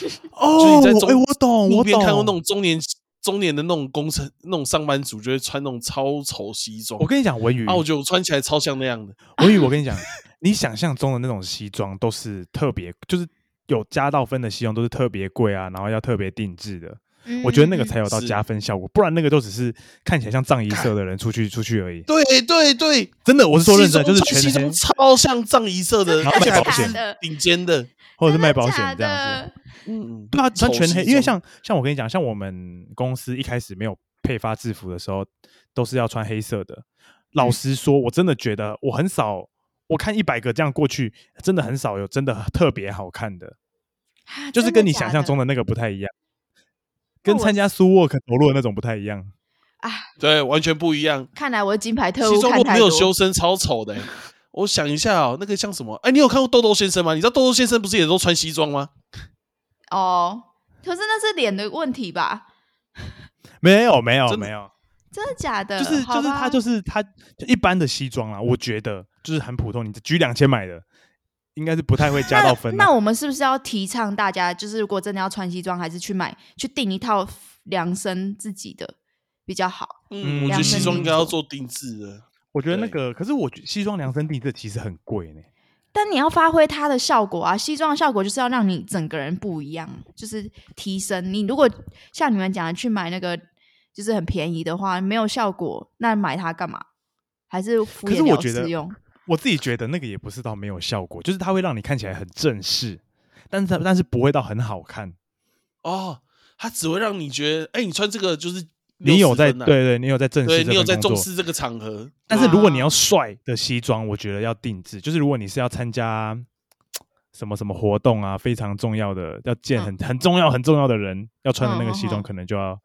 Speaker 2: 就是
Speaker 3: 哦，
Speaker 2: 你在
Speaker 3: 我
Speaker 2: 中
Speaker 3: 哎，我懂，
Speaker 2: 路
Speaker 3: 我
Speaker 2: 边
Speaker 3: 懂。
Speaker 2: 看过那种中年中年的那种工程那种上班族，就会穿那种超丑西装
Speaker 3: 我。跟你讲，文宇，
Speaker 2: 啊，我觉得我穿起来超像那样的。
Speaker 3: 文宇，我跟你讲，你想象中的那种西装都是特别，就是有加到分的西装都是特别贵啊，然后要特别定制的。
Speaker 1: 嗯
Speaker 3: 我觉得那个才
Speaker 1: 有
Speaker 3: 有到
Speaker 2: 是
Speaker 3: 加分效果，不然那个都只是看起来像藏衣社的人出去出去而已。
Speaker 2: 对对对，
Speaker 3: 真的，我是说认
Speaker 2: 西
Speaker 3: 真，
Speaker 2: 装
Speaker 3: 就是
Speaker 2: 穿西
Speaker 3: 全黑
Speaker 2: 装超像藏一色 的，
Speaker 3: 然后
Speaker 2: 而且
Speaker 3: 卖
Speaker 2: 还
Speaker 3: 保
Speaker 2: 不是
Speaker 3: 险
Speaker 1: 的，
Speaker 2: 顶尖的。
Speaker 3: 或者是
Speaker 1: 真的
Speaker 3: 卖保险
Speaker 1: 假
Speaker 3: 这样子。
Speaker 1: 的
Speaker 2: 嗯，
Speaker 3: 对啊，穿
Speaker 2: 丑
Speaker 3: 全
Speaker 2: 西
Speaker 3: 黑，因为
Speaker 2: 装
Speaker 3: 像像我跟你讲，像我们公司一开始没有配发制服的时候，都是要穿黑色的。老
Speaker 1: 嗯
Speaker 3: 实说，我真的觉得我很少，我看一百个这样过去，真的很少有真的特别好看的，
Speaker 1: 啊
Speaker 3: 就是
Speaker 1: 真
Speaker 3: 跟
Speaker 1: 的
Speaker 3: 你
Speaker 1: 假
Speaker 3: 想象
Speaker 1: 的
Speaker 3: 中的那个不太一样，
Speaker 1: 那
Speaker 3: 跟
Speaker 1: 我
Speaker 3: 参加 s u w o r k 投入的那种不太一样。
Speaker 2: 对完全不一样。
Speaker 1: 看来我的金牌特
Speaker 2: 西
Speaker 1: 务
Speaker 2: 装
Speaker 1: 看
Speaker 2: 如果
Speaker 1: 太
Speaker 2: 没
Speaker 1: 多
Speaker 2: 有修身，超丑的欸、我想一下哦，那个像什么？哎、你有看过豆豆先生吗？你知道豆豆先生不是也都穿西装吗？
Speaker 1: 哦，可是那是脸的问题吧？
Speaker 3: 没有，没有，
Speaker 2: 真的
Speaker 3: 没有，
Speaker 1: 真的假的？
Speaker 3: 就是就是它就是是它就一般的西装啦，我觉得就是很普通。你 G 两千买的，应该是不太会加到分、啊
Speaker 1: 那。我们是不是要提倡大家，就是如果真的要穿西装，还是去买去订一套量身自己的比较好？
Speaker 2: 嗯，
Speaker 3: 嗯
Speaker 2: 我觉得西装应该要
Speaker 1: 量身定
Speaker 2: 做定制的。
Speaker 3: 我觉得那
Speaker 2: 对
Speaker 3: 个，可是我觉得西装量身定制其实很贵呢。
Speaker 1: 但你要发挥它的效果啊！西装的效果就是要让你整个人不一样，就是提升。你如果像你们讲的去买那个就是很便宜的话，没有效果，那买它干嘛？还是敷
Speaker 3: 可是
Speaker 1: 衍
Speaker 3: 我
Speaker 1: 了
Speaker 3: 觉得
Speaker 1: 事用？
Speaker 3: 我自己觉得那个也不是到没有效果，就是它会让你看起来很正式，但是它但是不会到很好看。
Speaker 2: 哦，它只会让你觉得，哎、你穿这个就是
Speaker 3: 你有在
Speaker 2: 60分啊
Speaker 3: 对对，你有在正
Speaker 2: 对
Speaker 3: 视
Speaker 2: 你有
Speaker 3: 这
Speaker 2: 在
Speaker 3: 份
Speaker 2: 重
Speaker 3: 工作。
Speaker 2: 视这个场合，
Speaker 3: 但是如果你
Speaker 1: 啊
Speaker 3: 要帅的西装，我觉得要定制。就是如果你是要参加什么什么活动啊，非常重要的要见
Speaker 1: 嗯
Speaker 3: 很很重要很重要的人，要穿的那
Speaker 1: 嗯
Speaker 3: 个
Speaker 1: 嗯
Speaker 3: 西
Speaker 1: 嗯
Speaker 3: 装可能就要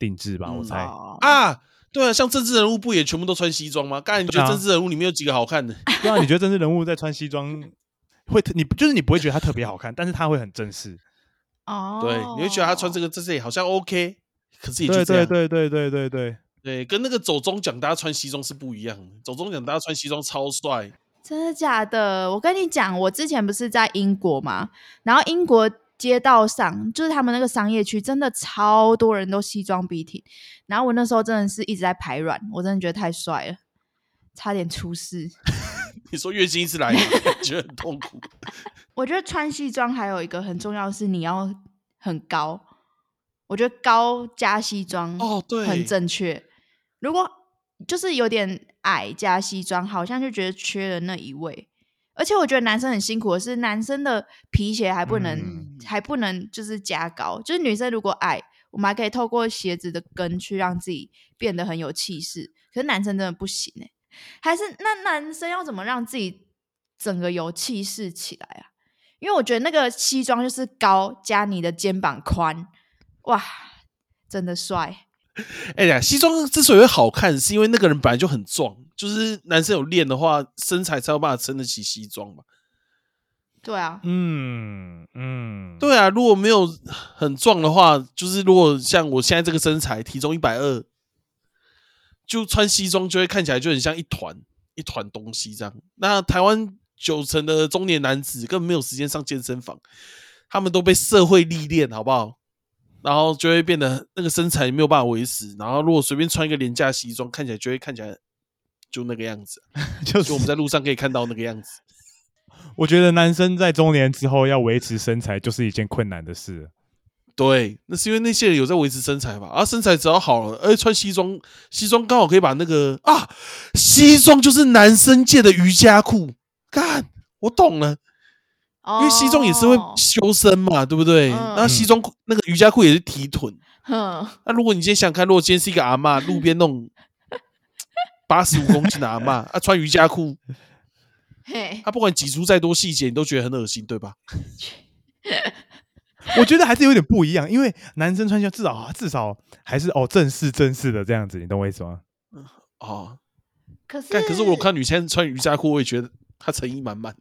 Speaker 3: 定制吧，我
Speaker 2: 嗯
Speaker 3: 猜。
Speaker 1: 哦
Speaker 2: 啊。对啊，像政治人物不也全部都穿西装吗？刚才你觉
Speaker 3: 对
Speaker 2: 得
Speaker 3: 啊
Speaker 2: 政治人物里面有几个好看的？
Speaker 3: 对啊，你觉得政治人物在穿西装会特，你就是你不会觉得他特别好看，但是他会很正式。
Speaker 1: 哦，
Speaker 2: 对，你会觉得他穿这
Speaker 1: 个
Speaker 2: 个在这里好像 OK，可是也就这
Speaker 3: 对对
Speaker 2: 样。
Speaker 3: 对对对对对，
Speaker 2: 对跟那个走中奖大家穿西装是不一样的。走中奖大家穿西装超帅，
Speaker 1: 真的假的？我跟你讲，我之前不是在英国嘛，然后英国街道上就是他们那个商业区，真的超多人都西装笔挺。然后我那时候真的是一直在排卵，我真的觉得太帅了，差点出事。
Speaker 2: 你说月经一直来，你 觉得很痛苦。
Speaker 1: 我觉得穿西装还有一个很重要的是你要很高，我觉得高加西装
Speaker 2: 哦对
Speaker 1: 很正确。如果就是有点矮加西装，好像就觉得缺了那一位。而且我觉得男生很辛苦的是，男生的皮鞋还不能、
Speaker 3: 嗯
Speaker 1: 还不能就是加高，就是女生如果矮，我们还可以透过鞋子的跟去让自己变得很有气势。可是男生真的不行哎、还是那男生要怎么让自己整个有气势起来啊？因为我觉得那个西装就是高加你的肩膀宽，哇，真的帅
Speaker 2: 哎呀，西装之所以会好看，是因为那个人本来就很壮，就是男生有练的话，身材才有办法撑得起西装嘛。
Speaker 1: 对啊，
Speaker 3: 嗯嗯，
Speaker 2: 对啊，如果没有很壮的话，就是如果像我现在这个身材，体重一百二，就穿西装就会看起来就很像一团一团东西这样。那台湾九成的中年男子根本没有时间上健身房，他们都被社会历练，好不好？然后就会变得那个身材没有办法维持，然后如果随便穿一个廉价西装，看起来就会看起来就那个样子，啊
Speaker 3: 就
Speaker 2: 就是我们在路上可以看到那个样子。
Speaker 3: 我觉得男生在中年之后要维持身材，就是一件困难的事了。
Speaker 2: 对，那是因为那些人有在维持身材吧？啊，身材只要好了，而且穿西装，西装刚好可以把那个啊，西装就是男生界的瑜伽裤。干，我懂了，嗯因为西装也是会
Speaker 1: 哦
Speaker 2: 修身嘛，对不对？
Speaker 1: 嗯
Speaker 2: 那西装裤那个瑜伽裤也是提臀。
Speaker 1: 哼，
Speaker 2: 那如果你今天想看，如果今天是一个阿嬷，路边 那种八十五公斤的阿嬷，啊，穿瑜伽裤，
Speaker 1: 嘿，
Speaker 2: 啊，不管挤出再多细节，你都觉得很恶心，对吧？
Speaker 3: 我觉得还是有点不一样，因为男生穿西装至少啊至少还是哦正式正式的这样子，你懂我意思吗？
Speaker 2: 哦，
Speaker 1: 可是
Speaker 2: 干，可是我有看女生穿瑜伽裤，我也觉得她诚意满满。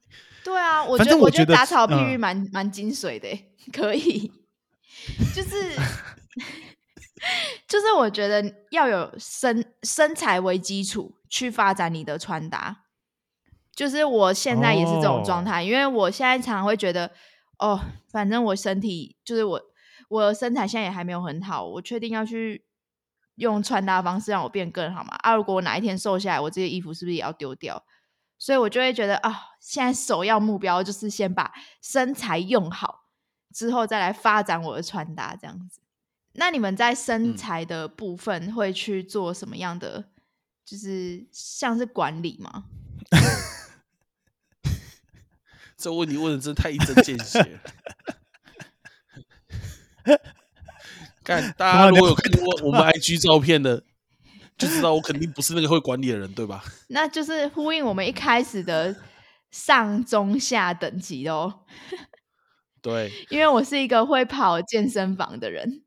Speaker 1: 对啊，我
Speaker 3: 反
Speaker 1: 觉
Speaker 3: 正
Speaker 1: 得
Speaker 3: 我
Speaker 1: 觉
Speaker 3: 觉得
Speaker 1: 打草
Speaker 3: 嗯
Speaker 1: 譬喻蛮蛮、精髓的欸，可以，就是就是我觉得要有身身材为基础去发展你的穿搭。就是我现在也是这种状态，因为我现在常常会觉得，哦，反正我身体就是我我的身材现在也还没有很好，我确定要去用穿搭方式让我变更好嘛？啊，如果我哪一天瘦下来，我这些衣服是不是也要丢掉？所以我就会觉得啊，现在首要目标就是先把身材用好，之后再来发展我的穿搭这样子。那你们在身
Speaker 2: 嗯
Speaker 1: 材的部分会去做什么样的？就是像是管理吗？
Speaker 2: 这问题问的真太一针见血了。看大家如果有看过我们 IG 照片的，就知道我肯定不是那个会管理的人，对吧？
Speaker 1: 那就是呼应我们一开始的上中下等级哦，
Speaker 2: 对，
Speaker 1: 因为我是一个会跑健身房的人，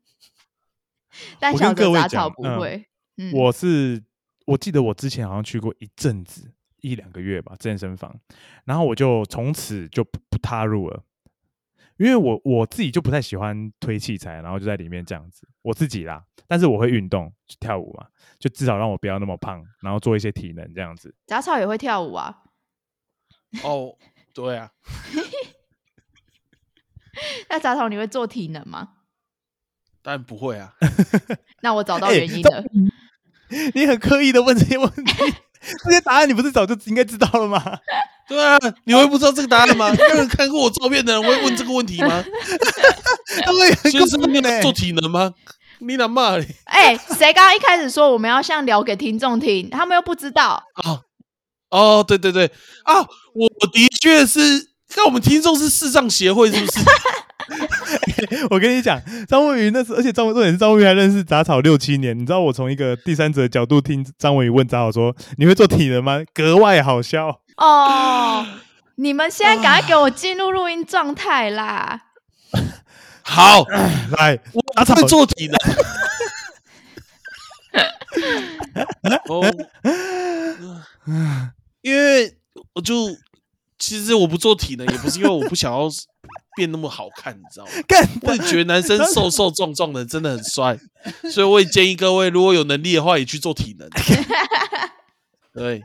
Speaker 1: 但
Speaker 3: 我
Speaker 1: 小
Speaker 3: 跟各
Speaker 1: 泽
Speaker 3: 位
Speaker 1: 杂草
Speaker 3: 讲
Speaker 1: 不
Speaker 3: 嗯
Speaker 1: 会。嗯，
Speaker 3: 我是我记得我之前好像去过一阵子一两个月吧健身房，然后我就从此就不不踏入了，因为我我自己就不太喜欢推器材，然后就在里面这样子，我自己啦，但是我会运动就跳舞嘛，就至少让我不要那么胖，然后做一些体能这样子。
Speaker 1: 杂草也会跳舞啊，
Speaker 2: 哦，对啊，
Speaker 1: 那杂草你会做体能吗？
Speaker 2: 当然不会啊。
Speaker 1: 那我找到
Speaker 3: 哎
Speaker 1: 原因了，
Speaker 3: 你很刻意的问这些问题， 这些答案你不是早就应该知道了吗？
Speaker 2: 对啊，你会不知道这个答案吗？没有看过我照片的人会问这个问题吗？
Speaker 3: 对，很欸
Speaker 2: 先生，
Speaker 3: 过
Speaker 2: 你
Speaker 3: 分
Speaker 2: 有
Speaker 3: 呢
Speaker 2: 做体能吗？你哪骂你
Speaker 1: 哎、谁刚刚一开始说我们要像聊给听众听，他们又不知道，
Speaker 2: 啊？哦，对对对啊，我的确是。看我们听众是视障协会是不 是？
Speaker 3: 我跟你讲，张文宇那时候，而且张文重点是张文宇还认识杂草六七年。你知道我从一个第三者的角度听张文宇问杂草说：“你会做体能吗？”格外好笑。
Speaker 1: 哦， 你们现在赶快给我进入录音状态啦！
Speaker 2: 好，
Speaker 3: 来，
Speaker 2: 我
Speaker 3: 打草
Speaker 2: 会做体能。哦， 因为我就其实我不做体能，也不是因为我不想要变那么好看，你知道吗？
Speaker 3: 干
Speaker 2: 我也觉得男生瘦瘦壮壮的真的很帅，所以我也建议各位，如果有能力的话，也去做体 能。对，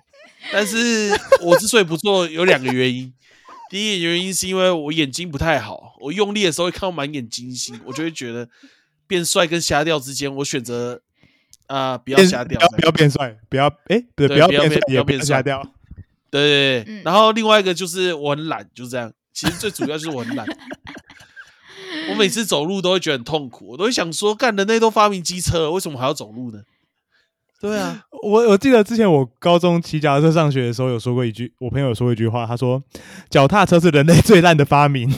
Speaker 2: 但是我之所以不做，有两个原因。第一个原因是因为我眼睛不太好，我用力的时候会看到满眼金星，我就会觉得变帅跟瞎掉之间，我选择啊、不要
Speaker 3: 变
Speaker 2: 瞎掉
Speaker 3: 不要
Speaker 2: 这样，
Speaker 3: 不要变帅，不要哎，
Speaker 2: 对
Speaker 3: 对，不要
Speaker 2: 不要
Speaker 3: 变
Speaker 2: 变，
Speaker 3: 帅
Speaker 2: 不
Speaker 3: 也
Speaker 2: 要
Speaker 3: 不
Speaker 2: 变
Speaker 3: 要瞎
Speaker 2: 帅
Speaker 3: 掉。
Speaker 2: 对对对，
Speaker 1: 嗯
Speaker 2: 然后另外一个就是我很懒，就这样。其实最主要就是我很懒， 我每次走路都会觉得很痛苦，我都会想说，干人类都发明机车了，为什么还要走路呢？对 啊，
Speaker 3: 我我记得之前我高中骑脚踏车上学的时候，有说过一句，我朋友有说过一句话，他说：“脚踏车是人类最烂的发明。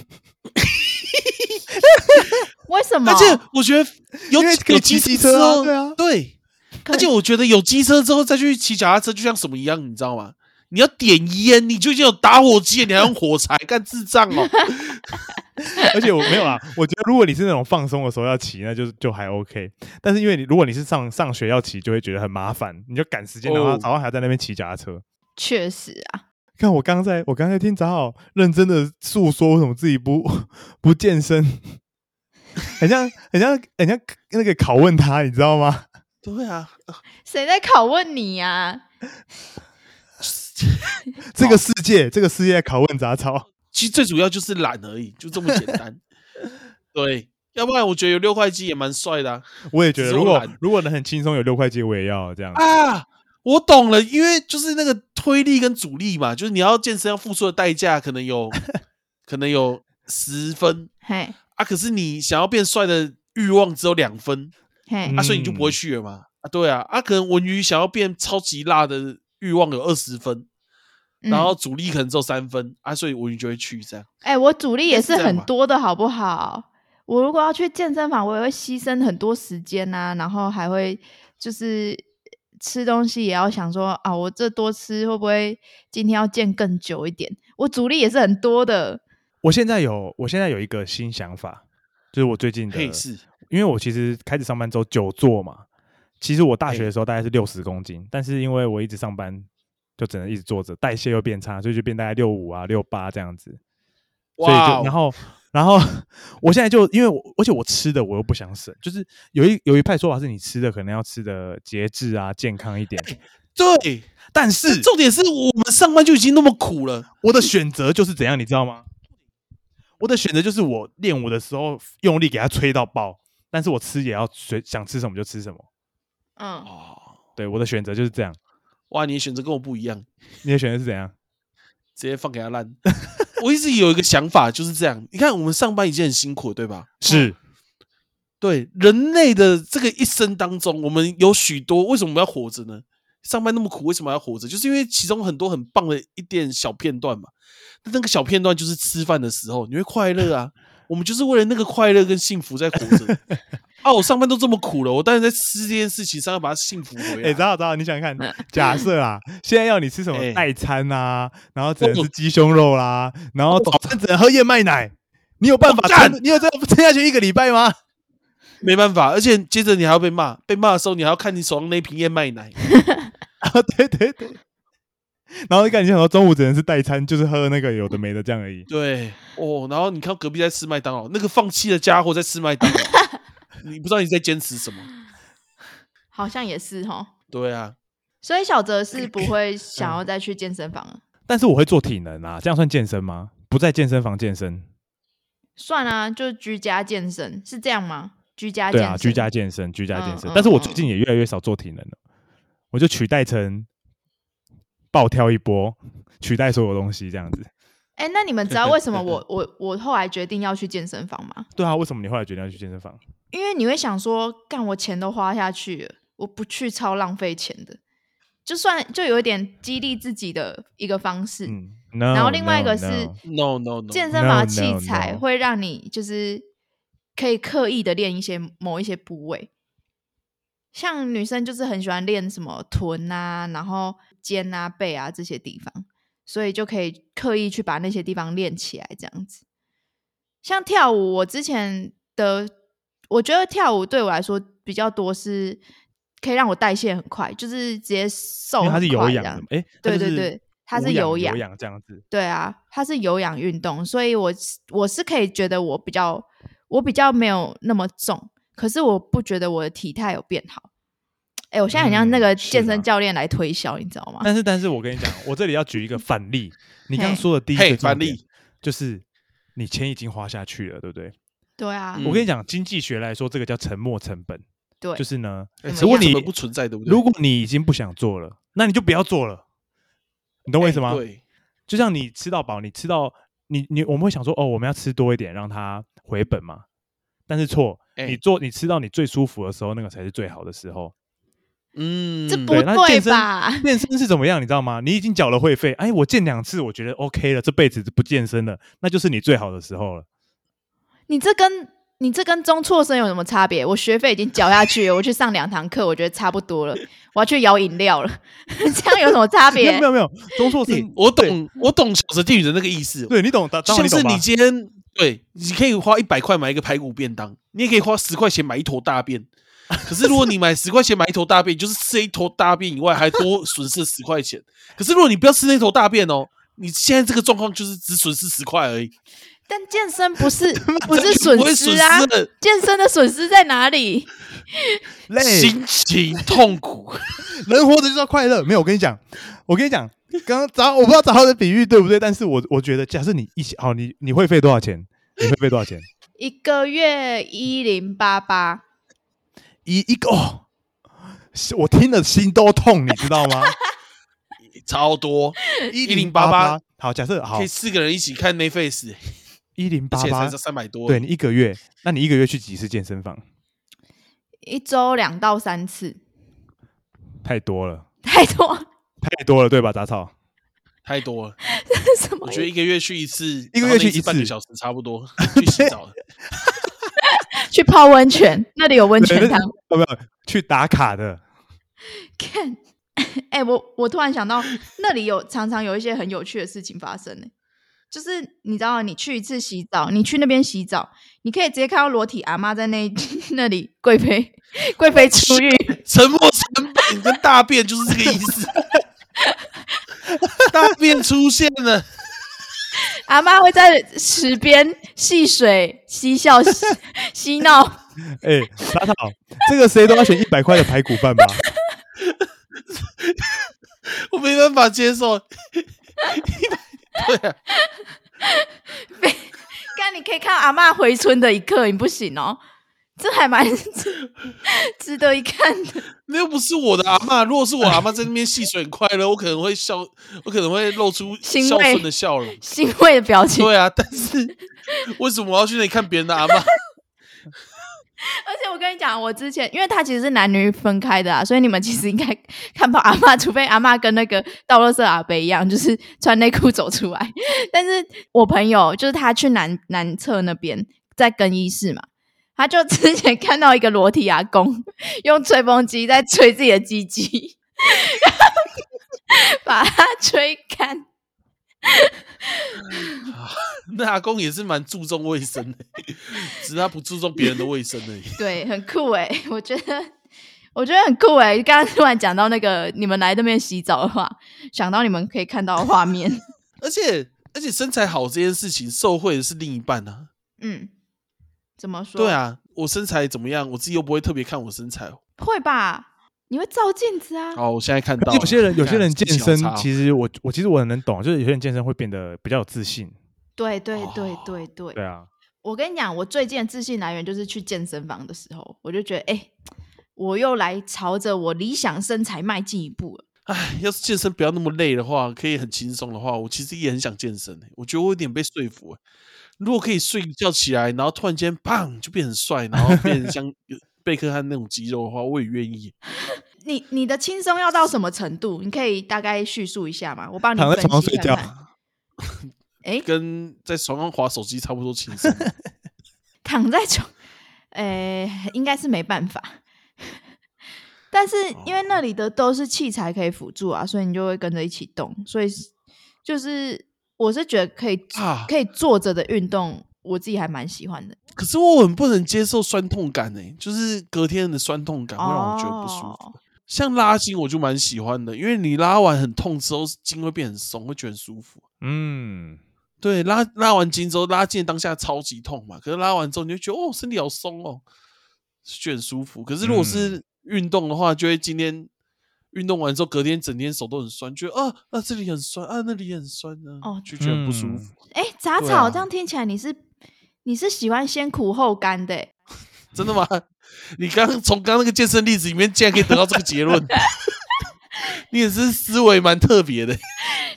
Speaker 1: 为什么
Speaker 2: 而？且我觉得有
Speaker 3: 哦因为可以
Speaker 2: 有
Speaker 3: 骑
Speaker 2: 机
Speaker 3: 机车啊
Speaker 2: 之后
Speaker 3: 对啊
Speaker 2: 对，
Speaker 1: 可
Speaker 2: 而且我觉得有机车之后再去骑脚踏车，就像什么一样，你知道吗？你要点烟，你就已经有打火机了，你还用火柴，干智障 哦！”
Speaker 3: 而且我没有啦，我觉得如果你是那种放松的时候要骑，那就就还 OK。但是因为你如果你是上上学要骑，就会觉得很麻烦，你就赶时间，然后
Speaker 2: 哦
Speaker 3: 早上还要在那边骑脚踏车。
Speaker 1: 确实啊，
Speaker 3: 看我刚才，我刚才听早好认真的诉说为什么自己不 不健身，很像很像很像那个拷问他，你知道吗？
Speaker 2: 对啊，
Speaker 1: 谁在拷问你啊？
Speaker 3: 这个世界，这个世界在拷问杂草。
Speaker 2: 其实最主要就是懒而已，就这么简单。对，要不然我觉得有六块肌也蛮帅的啊
Speaker 3: 我也觉得，
Speaker 2: 只是
Speaker 3: 如
Speaker 2: 我
Speaker 3: 果
Speaker 2: 懒
Speaker 3: 如果能很轻松有六块肌，我也要这样。
Speaker 2: 啊。我懂了，因为就是那个推力跟阻力嘛，就是你要健身要付出的代价可能 有可能有十分
Speaker 1: 嘿，
Speaker 2: 啊，可是你想要变帅的欲望只有两分
Speaker 1: 嘿
Speaker 3: 嗯，
Speaker 2: 啊，所以你就不会去了嘛。啊，对啊，啊，可能文娱想要变超级辣的欲望有二十分，然后
Speaker 1: 嗯
Speaker 2: 主力可能只有三分啊，所以文娱就会去这样。
Speaker 1: 哎、我主力也
Speaker 2: 类似
Speaker 1: 是
Speaker 2: 这样
Speaker 1: 很
Speaker 2: 吧
Speaker 1: 多的，好不好？我如果要去健身房，我也会牺牲很多时间呐、然后还会就是吃东西也要想说啊，我这多吃会不会今天要健更久一点？我主力也是很多的，
Speaker 3: 我现在有，我现在有一个新想法，就是我最近的，
Speaker 2: 嘿，是
Speaker 3: 因为我其实开始上班之后久坐嘛，其实我大学的时候大概是六十公斤，但是因为我一直上班，就只能一直坐着，代谢又变差，所以就变大概六五啊、六八这样子。所以
Speaker 2: 哇
Speaker 3: 就
Speaker 2: 哦，
Speaker 3: 然后然后我现在就因为我而且我吃的我又不想省，就是有一有一派说法是你吃的可能要吃的节制啊、健康一点，
Speaker 2: 对，
Speaker 3: 但是
Speaker 2: 哎重点是我们上班就已经那么苦了，
Speaker 3: 我的选择就是怎样，你知道吗？我的选择就是我练舞的时候用力给它吹到爆，但是我吃也要随想吃什么就吃什么。
Speaker 1: 嗯，
Speaker 2: 哦，
Speaker 3: 对，我的选择就是这样。
Speaker 2: 哇，你的选择跟我不一样，
Speaker 3: 你的选择是怎样？
Speaker 2: 直接放给他烂。 我一直有一个想法就是这样，你看我们上班已经很辛苦了，对吧？
Speaker 3: 是
Speaker 2: 对，人类的这个一生当中，我们有许多为什么我们要活着呢？上班那么苦，为什么要活着？就是因为其中很多很棒的一点小片段嘛。那那个小片段就是吃饭的时候，你会快乐 啊。我们就是为了那个快乐跟幸福在活着。啊，我上班都这么苦了，我当然在吃这件事情上要把它幸福回
Speaker 3: 哎、
Speaker 2: 来。
Speaker 3: 欸，早好早好，你想想看，假设啊，现在要你吃什么
Speaker 2: 哎哦
Speaker 3: 代餐啊，然后只能吃鸡胸肉啦，然后早餐只能喝燕麦奶，你有办法
Speaker 2: 哦干
Speaker 3: 撑？你有这样撑下去一个礼拜吗？
Speaker 2: 没办法，而且接着你还要被骂，被骂的时候你还要看你手上那瓶燕麦 奶。
Speaker 3: 啊，对对对。然后你感觉想说中午只能是代餐，就是喝那个有的没的这样而已。
Speaker 2: 对哦，然后你看隔壁在吃麦当劳，那个放弃的家伙在吃麦 当劳，你不知道你在坚持什么。
Speaker 1: 好像也是哦。
Speaker 2: 对啊，
Speaker 1: 所以小泽是不会想要再去健身房了。
Speaker 3: 但是我会做体能啊，这样算健身吗？不在健身房健身，
Speaker 1: 算啊，就居家健身是这样吗？居家健
Speaker 3: 对
Speaker 1: 身
Speaker 3: 啊，居家健身，居家健身。
Speaker 1: 嗯嗯
Speaker 3: 但是我最近也越来越少做体能了，我就取代成暴跳一波，取代所有东西这样子。
Speaker 1: 哎、那你们 知道为什么我我我后来决定要去健身房吗？
Speaker 3: 对啊，为什么你后来决定要去健身房？
Speaker 1: 因为你会想说，干我钱都花下去了，我不去超浪费钱的，就算就有一点激励自己的一个方式。
Speaker 3: 嗯，no,
Speaker 1: 然后另外一个
Speaker 3: no,
Speaker 1: 是
Speaker 2: ，no
Speaker 3: no
Speaker 2: no no，
Speaker 1: 健身房的
Speaker 3: No,
Speaker 1: 器
Speaker 3: no,
Speaker 1: 材
Speaker 3: no
Speaker 1: 会让你就是可以刻意的练一些某一些部位，像女生就是很喜欢练什么臀啊，然后肩啊、背啊这些地方，所以就可以刻意去把那些地方练起来，这样子。像跳舞，我之前的我觉得跳舞对我来说比较多是可以让我代谢很快，就是直接瘦
Speaker 3: 因
Speaker 1: 哦
Speaker 3: 为
Speaker 1: 很快
Speaker 3: 它是
Speaker 1: 这
Speaker 3: 有氧的
Speaker 1: 样
Speaker 3: 嘛，哎、它
Speaker 1: 对
Speaker 3: 就
Speaker 1: 对
Speaker 3: 是
Speaker 1: 对，它是
Speaker 3: 无
Speaker 1: 有
Speaker 3: 氧
Speaker 1: 氧
Speaker 3: 有氧这样子。
Speaker 1: 对啊，它是有氧运动，所以我是我是可以觉得我比较我比较没有那么重，可是我不觉得我的体态有变好。哎、我现在很像那
Speaker 3: 嗯
Speaker 1: 个
Speaker 3: 是嗯
Speaker 1: 健
Speaker 3: 啊
Speaker 1: 身教练来推销，你知道吗？
Speaker 3: 但是但是我跟你讲，我这里 要举一个反例，你刚刚
Speaker 1: 啊嘿
Speaker 3: 说的第一
Speaker 2: 嘿
Speaker 3: 个
Speaker 2: 反
Speaker 3: 重点
Speaker 2: 例
Speaker 3: 就是你钱已经花下去了，对不对？
Speaker 1: 对啊，
Speaker 2: 嗯
Speaker 3: 我跟你讲，经济学来说，这个叫沉没成本，
Speaker 1: 对，
Speaker 3: 就是呢，
Speaker 2: 哎
Speaker 1: 怎
Speaker 3: 如
Speaker 1: 么
Speaker 3: 果
Speaker 1: 样
Speaker 3: 你
Speaker 2: 成本不存在，对不对？
Speaker 3: 如果你已经不想做了，那你就不要做了，你懂我意思吗？
Speaker 2: 哎对，
Speaker 3: 就像你吃到饱，你吃到你你我们会想说哦，我们要吃多一点，让它回本嘛。但是错，
Speaker 2: 哎
Speaker 3: 你做你吃到你最舒服的时候，那个才是最好的时候。
Speaker 2: 嗯，
Speaker 1: 这不
Speaker 3: 对，那健
Speaker 1: 对
Speaker 3: 身
Speaker 1: 吧？
Speaker 3: 健身是怎么样，你知道吗？你已经缴了会费，哎，我健两次，我觉得 OK 了，这辈子不健身了，那就是你最好的时候了。
Speaker 1: 你这跟你这跟中辍生有什么差别？我学费已经缴下去了，我去上两堂课，我觉得差不多了，我要去摇饮料了，这样有什么差
Speaker 3: 没有
Speaker 1: 别
Speaker 3: 没？有没有，中硕是，
Speaker 2: 我懂，我懂小蛇地狱的那个意思。
Speaker 3: 对你懂，当然
Speaker 2: 像
Speaker 3: 你懂
Speaker 2: 是
Speaker 3: 吧
Speaker 2: 你？今天对，你可以花一百块买一个排骨便当，你也可以花十块钱买一坨大便。可是如果你买十块钱买一坨大便，就是吃一坨大便以外还多损失十块钱。可是如果你不要吃那坨大便哦，你现在这个状况就是只损失十块而已，
Speaker 1: 但健身不是不
Speaker 2: 这
Speaker 1: 是
Speaker 2: 样就不会
Speaker 1: 损
Speaker 2: 损
Speaker 1: 失啊，
Speaker 2: 了
Speaker 1: 健身的损失在哪里？
Speaker 3: 累，
Speaker 2: 心情痛苦。
Speaker 3: 人活着就是要快乐。没有，我跟你讲，我跟你讲，刚刚找我不知道找到的比喻对不对，但是我我觉得，假设你一起，好，你你会费多少钱？你会费多少钱？
Speaker 1: 一个月一零八八，
Speaker 3: 一一个哦，是我听了心都痛，你知道吗？
Speaker 2: 超多，
Speaker 3: 一
Speaker 2: 1088，
Speaker 3: 好，假设好
Speaker 2: 可以四个人一起看 Netflix，
Speaker 3: 一零
Speaker 2: 而
Speaker 3: 八
Speaker 2: 且才
Speaker 3: 八，
Speaker 2: 三百多。
Speaker 3: 对，你一个月，那你一个月去几次健身房？
Speaker 1: 一周两到三次，
Speaker 3: 太多了，
Speaker 1: 太多了
Speaker 3: 太多了，对吧？杂草，
Speaker 2: 太多了。
Speaker 1: 什么
Speaker 2: 我？觉得一个月去一次，
Speaker 3: 一个
Speaker 2: 然
Speaker 3: 月
Speaker 2: 后那
Speaker 3: 去
Speaker 2: 一次
Speaker 3: 一
Speaker 2: 半个
Speaker 3: 次
Speaker 2: 小时差不多，去洗澡了。
Speaker 1: 去泡温泉，那里有温泉
Speaker 3: 对那
Speaker 1: 汤。
Speaker 3: 哦，没有去打卡的，
Speaker 1: 看，哎、我我突然想到，那里有常常有一些很有趣的事情发生呢、就是你知道，你去一次洗澡，你去那边洗澡，你可以直接看到裸体阿妈在那 那里贵妃贵妃出浴，
Speaker 2: 沉默成本跟大便就是这个意 思。大便出现了，
Speaker 1: 阿妈会在池边戏水、嬉笑、嬉 嬉闹。
Speaker 3: 哎、杂草，这个谁都要选一百块的排骨饭吧？
Speaker 2: 我没办法接受。对啊，
Speaker 1: 但你可以看到阿妈回村的一刻，你不行哦，这还蛮 值值得一看的。
Speaker 2: 那又不是我的阿嬷。如果是我阿嬷在那边戏水很快乐，我可能会笑，我可能会露出
Speaker 1: 欣慰
Speaker 2: 孝顺的笑 容。
Speaker 1: 欣慰的表情，
Speaker 2: 对啊，但是为什么我要去那里看别人的阿嬷？
Speaker 1: 而且我跟你讲，我之前因为他其实是男女分开的啊，所以你们其实应该看不到阿嬷，除非阿嬷跟那个倒垃圾阿伯一样，就是穿内裤走出来。 但是我朋友就是他去南南侧那边在更衣室嘛，他就之前看到一个裸体阿公 用吹风机在吹自己的鸡鸡， 把它吹干。
Speaker 2: 那阿公也是蛮注重卫生的，只是他不注重别人的卫生而已。
Speaker 1: 对，很酷哎、 我觉得我觉得很酷哎、刚刚突然讲到那个你们来那边洗澡的话，想到你们可以看到的画面，
Speaker 2: 而且而且身材好这件事情，受贿的是另一半啊。
Speaker 1: 嗯，怎么说？
Speaker 2: 对，啊，我身材怎么样，我自己又不会特别看我身材。
Speaker 1: 会吧？你会照镜子 啊？
Speaker 3: 哦
Speaker 2: 哦好，我现在看
Speaker 3: 可
Speaker 2: 到
Speaker 3: 是有些人，有些人
Speaker 2: 干
Speaker 3: 健
Speaker 2: 心情好
Speaker 3: 身
Speaker 2: 差哦，
Speaker 3: 其实我我其实我很能懂，就是有些人健身会变得比较有自信。
Speaker 1: 对对对
Speaker 2: 哦
Speaker 1: 对对，
Speaker 3: 对啊，
Speaker 1: 我跟你讲，我最近的自信来源就是去健身房的时候，我就觉得哎、我又来朝着我理想身材迈进一步了。
Speaker 2: 唉，要是健身不要那么累的话，可以很轻松的话，我其实也很想健身、欸。我觉得我有点被说服、欸。如果可以睡一觉起来，然后突然间砰就变很帅，然后变成像 贝克汉那种肌肉的话，我也愿意。
Speaker 1: 你你的轻松要到什么程度？你可以大概叙述一下吗？我帮你
Speaker 3: 躺在
Speaker 1: 分
Speaker 3: 床上
Speaker 1: 析
Speaker 3: 睡
Speaker 1: 看
Speaker 3: 觉
Speaker 1: 看。哎、
Speaker 2: 跟在床上划手机差不多轻 松。
Speaker 1: 躺在床， 诶、应该是没办法。 但是因为那里的都是器材可以辅助啊，所以你就会跟着一起动。所以是就是我是觉得可以、
Speaker 2: 啊
Speaker 1: 可以坐着的运动，我自己还蛮喜欢的。
Speaker 2: 可是我很不能接受酸痛感诶、欸就是隔天的酸痛感会让我觉得不舒服。
Speaker 1: 哦，
Speaker 2: 像拉筋我就蛮喜欢的，因为你拉完很痛之后，筋会变很松，会觉得很舒服。
Speaker 3: 嗯，
Speaker 2: 对，拉拉完筋之后，拉筋的当下超级痛嘛，可是拉完之后你就觉得哦，身体好松哦，就觉得很舒服。可是如果是运动的话，就会今天运动完之后，隔天整天手都很酸，觉得啊啊这里很酸啊那里很酸呢、啊，
Speaker 1: 哦
Speaker 2: 就觉得很不舒服。
Speaker 1: 哎、杂
Speaker 2: 对
Speaker 1: 草、
Speaker 2: 啊
Speaker 1: 这样听起来你是你是喜欢先苦后甘的欸、
Speaker 2: 真的吗？ 你刚刚从刚刚那个健身例子里面，竟然可以得到这个结论，你也是思维蛮特别的。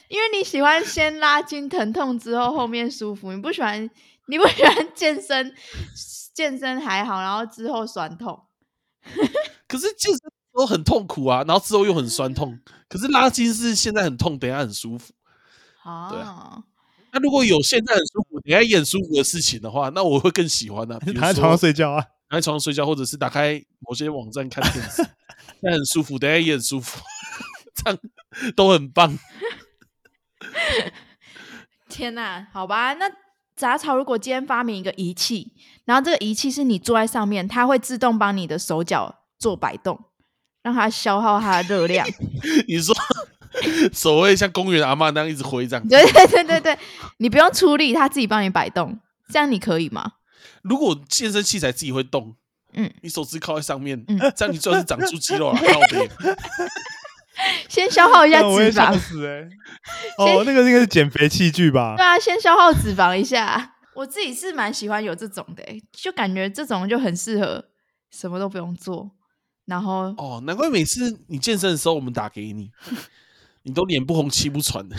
Speaker 1: 因为你喜欢先拉筋疼痛之后后面舒服，你不喜欢你不喜欢健身，健身还好，然后之后酸痛。
Speaker 2: 可是健身都很痛苦啊，然后之后又很酸痛。可是拉筋是现在很痛，等一下很舒服。
Speaker 1: 哦，
Speaker 2: 那如果有现在很舒服，等一下也很舒服的事情的话，那我会更喜欢 啊。比如
Speaker 3: 躺在床上
Speaker 2: 说
Speaker 3: 睡觉啊，
Speaker 2: 躺在床上睡觉，或者是打开某些网站看电 视，现在很舒服，等一下也很舒服，这样都很棒。
Speaker 1: 天哪，好吧，那杂草如果今天发明一个仪器，然后这个仪器是你坐在上面，它会自动帮你的手脚做摆动，让它消耗它的热量。
Speaker 2: 你说手会像公园的阿嬷那样一直挥这样。
Speaker 1: 对对对对对，你不用出力，他自己帮你摆动，这样你可以吗？
Speaker 2: 如果健身器材自己会动，
Speaker 1: 嗯，
Speaker 2: 你手指靠在上面，
Speaker 1: 嗯
Speaker 2: 这样你最好是长出肌肉了，靠背。
Speaker 1: 先消耗一下
Speaker 3: 但我会
Speaker 1: 脂
Speaker 3: 笑
Speaker 1: 肪，
Speaker 3: 死哎、哦，那个应该是减肥器具吧
Speaker 1: 对？啊，先消耗脂肪一下。我自己是蛮喜欢有这种的欸、就感觉这种就很适合什么都不用做，然后
Speaker 2: 哦，难怪每次你健身的时候，我们打给你，你都脸不红气不喘的。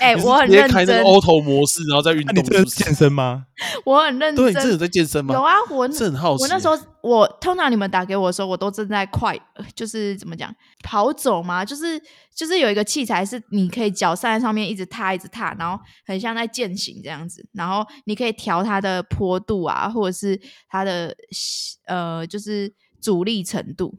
Speaker 1: 哎、
Speaker 2: 你是
Speaker 1: 我很
Speaker 2: 直接
Speaker 1: 认
Speaker 2: 开那个
Speaker 1: 真，
Speaker 2: auto 模式，然后再运
Speaker 3: 那、你
Speaker 2: 动
Speaker 3: 真
Speaker 2: 是
Speaker 3: 的
Speaker 2: 不
Speaker 3: 是
Speaker 2: 是。
Speaker 3: 健身吗？
Speaker 1: 我很认
Speaker 2: 对，你真的有
Speaker 1: 真。
Speaker 2: 在健身吗？
Speaker 1: 有，啊，我
Speaker 2: 这很好奇。
Speaker 1: 我那时候，我通常你们打给我的时候，我都正在快，呃就是怎么讲，跑走嘛，就是就是有一个器材是你可以脚站在上面一直踏一直踏，然后很像在践行这样子，然后你可以调它的坡度啊，或者是它的呃就是阻力程度，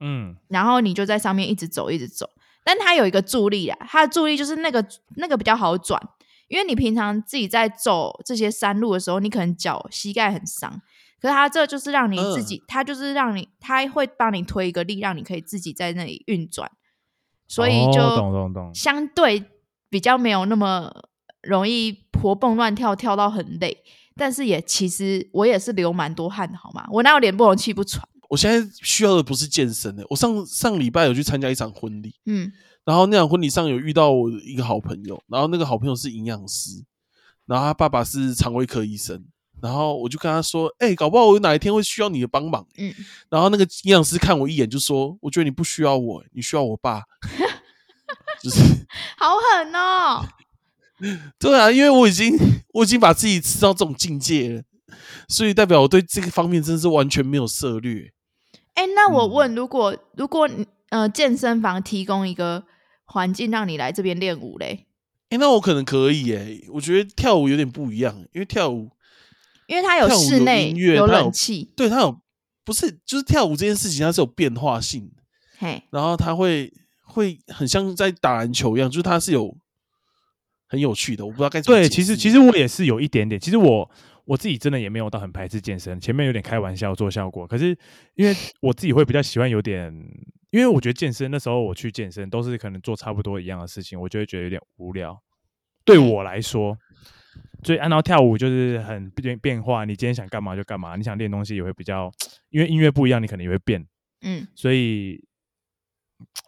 Speaker 3: 嗯，
Speaker 1: 然后你就在上面一直走，一直走。但它有一个助力啊，它的助力就是那个那个比较好转，因为你平常自己在走这些山路的时候，你可能脚膝盖很伤，可是它这就是让你
Speaker 3: 嗯
Speaker 1: 自己，它就是让你，它会帮你推一个力，让你可以自己在那里运转，所以
Speaker 3: 哦
Speaker 1: 就
Speaker 3: 懂懂懂
Speaker 1: 相对比较没有那么容易活蹦乱跳，跳到很累。但是也其实我也是流蛮多汗的，好吗？我哪有脸不红气不喘？
Speaker 2: 我现在需要的不是健身的、欸我上上礼拜有去参加一场婚礼，
Speaker 1: 嗯
Speaker 2: 然后那场婚礼上有遇到我的一个好朋友，然后那个好朋友是营养师，然后他爸爸是肠胃科医生，然后我就跟他说：“哎、搞不好我哪一天会需要你的帮忙。欸
Speaker 1: 嗯，”
Speaker 2: 然后那个营养师看我一眼就说：“我觉得你不需要我、欸你需要我 爸。”就是
Speaker 1: 好狠哦！
Speaker 2: 对啊，因为我已经我已经把自己吃到这种境界了，所以代表我对这个方面真的是完全没有涉略。
Speaker 1: 哎、那我
Speaker 3: 嗯
Speaker 1: 问，如果如果你呃健身房提供一个环境让你来这边练舞嘞，
Speaker 2: 哎、那我可能可以哎、我觉得跳舞有点不一样、因为跳舞
Speaker 1: 因为它有
Speaker 2: 跳舞
Speaker 1: 室
Speaker 2: 有
Speaker 1: 内
Speaker 2: 音乐它有
Speaker 1: 冷气，
Speaker 2: 对它有不是就是跳舞这件事情它是有变化性的，
Speaker 1: 嘿，
Speaker 2: 然后它会会很像在打篮球一样，就是它是有很有趣的，我不知道该怎么
Speaker 3: 对，
Speaker 2: 解
Speaker 3: 其实
Speaker 2: 释
Speaker 3: 其实我也是有一点点，其实我我自己真的也没有到很排斥健身，前面有点开玩笑做效果，可是因为我自己会比较喜欢有点，因为我觉得健身那时候我去健身都是可能做差不多一样的事情，我就会觉得有点无聊。对我来说，所以按照跳舞就是很变变化，你今天想干嘛就干嘛，你想练东西也会比较，因为音乐不一样，你可能也会变，
Speaker 1: 嗯
Speaker 3: 所以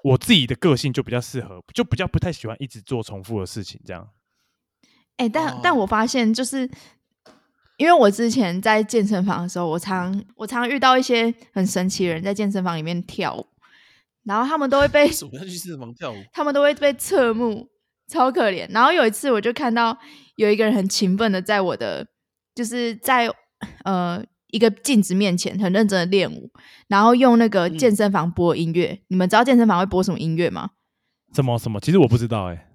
Speaker 3: 我自己的个性就比较适合，就比较不太喜欢一直做重复的事情这样。
Speaker 1: 哎、但、
Speaker 2: 哦
Speaker 1: 但我发现就是。因为我之前在健身房的时候，我常我常遇到一些很神奇的人在健身房里面跳舞，然后他们都会被
Speaker 2: 为什么要去健身房跳舞？
Speaker 1: 他们都会被侧目，超可怜。然后有一次我就看到有一个人很勤奋的在我的，就是在呃一个镜子面前很认真的练舞，然后用那个健身房播音乐。你们知道健身房会播什么音乐吗？
Speaker 3: 什么什么？其实我不知道哎、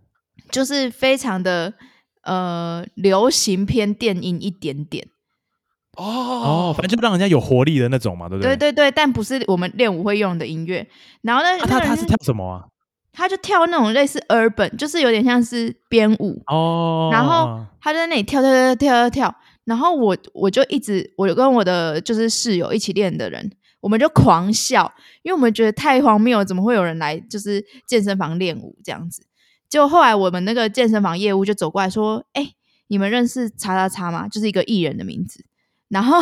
Speaker 1: 就是非常的呃流行偏电音一点点。
Speaker 2: 哦
Speaker 3: 哦，反正就让人家有活力的那种嘛，对不
Speaker 1: 对
Speaker 3: 对？
Speaker 1: 对对，但不是我们练舞会用的音乐。然后呢，
Speaker 3: 啊
Speaker 1: 那
Speaker 3: 他
Speaker 1: 个人
Speaker 3: 他是跳什么啊？
Speaker 1: 他就跳那种类似 urban，就是有点像是编舞。
Speaker 3: 哦，
Speaker 1: 然后他就在那里跳跳跳跳跳跳，然后我我就一直我就跟我的就是室友一起练的人，我们就狂笑，因为我们觉得太荒谬了，怎么会有人来就是健身房练舞这样子？结果后来我们那个健身房业务就走过来说：“哎、你们认识叉叉叉吗？就是一个艺人的名字。”然后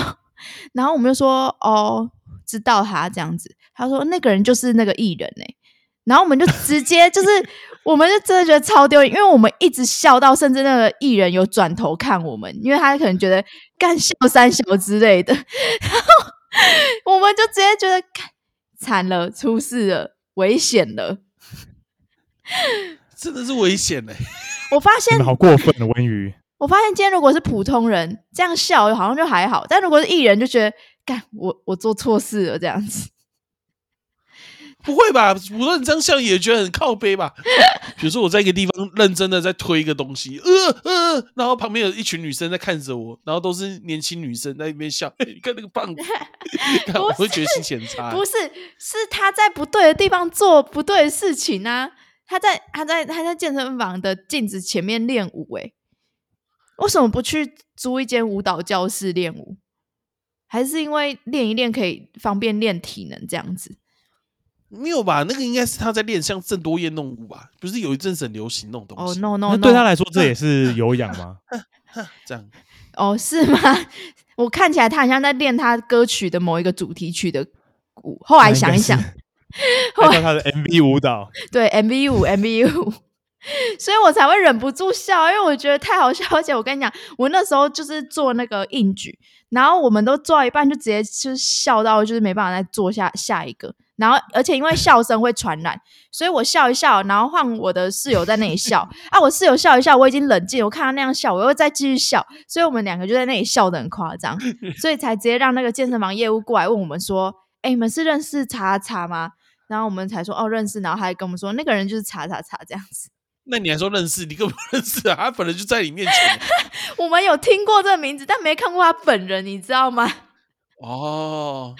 Speaker 1: 然后我们就说：“哦，知道他这样子。”他说：“那个人就是那个艺人哎、然后我们就直接就是，我们就真的觉得超丢脸，因为我们一直笑到，甚至那个艺人有转头看我们，因为他可能觉得干笑三小之类的， 然后我们就直接觉得干惨了，出事了，危险了。
Speaker 2: 真的是危险哎、
Speaker 1: 我发现
Speaker 3: 你们好过分的文娱，
Speaker 1: 我发现今天如果是普通人这样笑，好像就还好；但如果是艺人，就觉得干我我做错事了这样子。
Speaker 2: 不会吧？无论你这样笑也觉得很靠背吧？ 比如说我在一个地方认真的在推一个东西，呃呃，然后旁边有一群女生在看着我，然后都是年轻女生在那边笑， 你看那个 胖子，看我会觉得心情很
Speaker 3: 啊
Speaker 2: 差。
Speaker 1: 不是，是他在不对的地方做不对的事情啊！他在他在他在健身房的镜子前面练舞、欸，为什么不去租一间舞蹈教室练舞？还是因为练一练可以方便练体能这样子？
Speaker 2: 没有吧？那个应该是他在练像郑多燕弄舞吧？不是有一阵子很流行那种东
Speaker 1: 哦
Speaker 2: 西？
Speaker 1: ，no no
Speaker 3: 那
Speaker 1: no，
Speaker 3: 对他来说这也是有氧吗？
Speaker 2: 这样
Speaker 1: 哦是吗？ 我看起来他好像在练他歌曲的某一个主题曲的舞， 后来想一想，
Speaker 3: 那叫 他的 MV 舞蹈，
Speaker 1: 对 MV 五 MV 五， 所以我才会忍不住笑，因为我觉得太好笑。而且我跟你讲，我那时候就是做那个硬举，然后我们都做到一半就直接就是笑到就是没办法再做下下一个。然后，而且因为笑声会传染，所以我笑一笑，然后换我的室友在那里笑啊，我室友笑一笑，我已经冷静，我看他那样笑，我又再继续笑，所以我们两个就在那里笑得很夸张，所以才直接让那个健身房业务过来问我们说：“哎、你们是认识查查吗？”然后我们才说哦认识，然后他还跟我们说那个人就是查查查这样子。
Speaker 2: 那你还说认识？你根本不认识啊！他本来就在你面前。
Speaker 1: 我们有听过这个名字，但没看过他本人，你知道吗？
Speaker 2: 哦，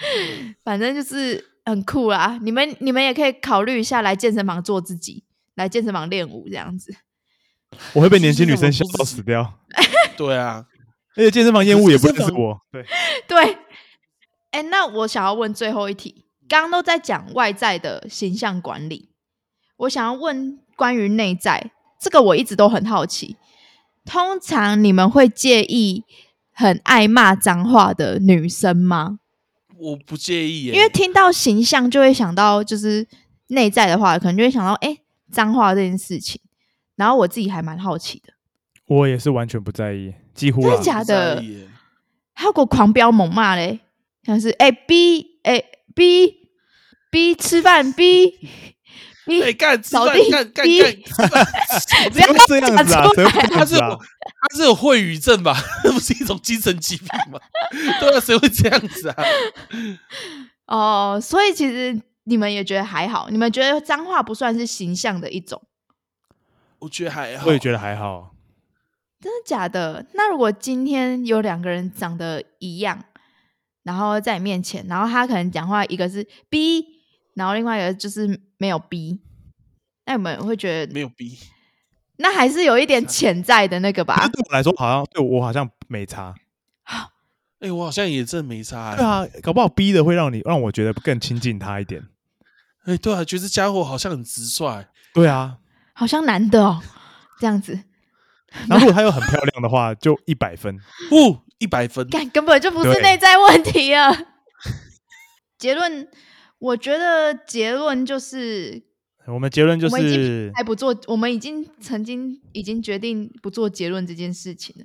Speaker 1: 反正就是很酷啦。你们你们也可以考虑一下来健身房做自己，来健身房练舞这样子。
Speaker 3: 我会被年轻女生笑到死掉。
Speaker 2: 对啊，
Speaker 3: 而且健身房厌恶也不认识我，对，
Speaker 1: 对，哎，那我想要问最后一题，刚刚都在讲外在的形象管理，我想要问关于内在这个，我一直都很好奇。通常你们会介意很爱骂脏话的女生吗？
Speaker 2: 我不介意耶、
Speaker 1: 因为听到形象就会想到就是内在的话，可能就会想到哎、诶脏话这件事情。然后我自己还蛮好奇的，
Speaker 3: 我也是完全不在意，几乎
Speaker 1: 真
Speaker 3: 啊
Speaker 1: 的，假
Speaker 2: 不在
Speaker 1: 的
Speaker 2: 意？耶
Speaker 1: 还有给我狂飙猛骂嘞，像是哎、B 哎、B B 吃饭 B B，
Speaker 2: 哎，干吃
Speaker 1: 扫
Speaker 2: 饭
Speaker 1: 地
Speaker 2: 干干
Speaker 1: 逼
Speaker 2: 干吃饭，
Speaker 1: 不要
Speaker 3: 不要这样子啊，
Speaker 1: 讲出
Speaker 3: 谁
Speaker 1: 来
Speaker 3: 会这
Speaker 2: 他
Speaker 3: 样
Speaker 2: 是
Speaker 3: 子
Speaker 2: 有
Speaker 3: 啊？
Speaker 2: 他是有秽语症吧？ 那不是一种精神疾病吗？ 对啊，谁会这样子啊？
Speaker 1: 哦，所以其实你们也觉得还好，你们觉得脏话不算是形象的一种，
Speaker 2: 我觉得还好，
Speaker 3: 我也觉得还好，
Speaker 1: 真的假的？那如果今天有两个人长得一样，然后在你面前，然后他可能讲话一个是 B，然后另外一个就是没有 B，那你们会觉
Speaker 2: 没
Speaker 1: 得
Speaker 2: 有逼。
Speaker 1: 那还是有一点潜在的那个
Speaker 3: 可是
Speaker 1: 吧？
Speaker 3: 对我来说好像对我好像没差。
Speaker 2: 哎、我好像也真的没差、欸。
Speaker 3: 对啊，搞不好逼的会让你让我觉得更亲近他一点。
Speaker 2: 哎、对啊，觉得这家伙好像很直率、
Speaker 3: 对啊，
Speaker 1: 好像男的哦，这样子，
Speaker 3: 然后如果她又很漂亮的话， 就一百分。
Speaker 2: 哦，一百分。
Speaker 1: 干根本就不是
Speaker 3: 对
Speaker 1: 内在问题啊。 结论，我觉得结论就是
Speaker 3: 我们结论就
Speaker 1: 我们已经
Speaker 3: 是
Speaker 1: 还不做，我们已经曾经已经决定不做结论这件事情了，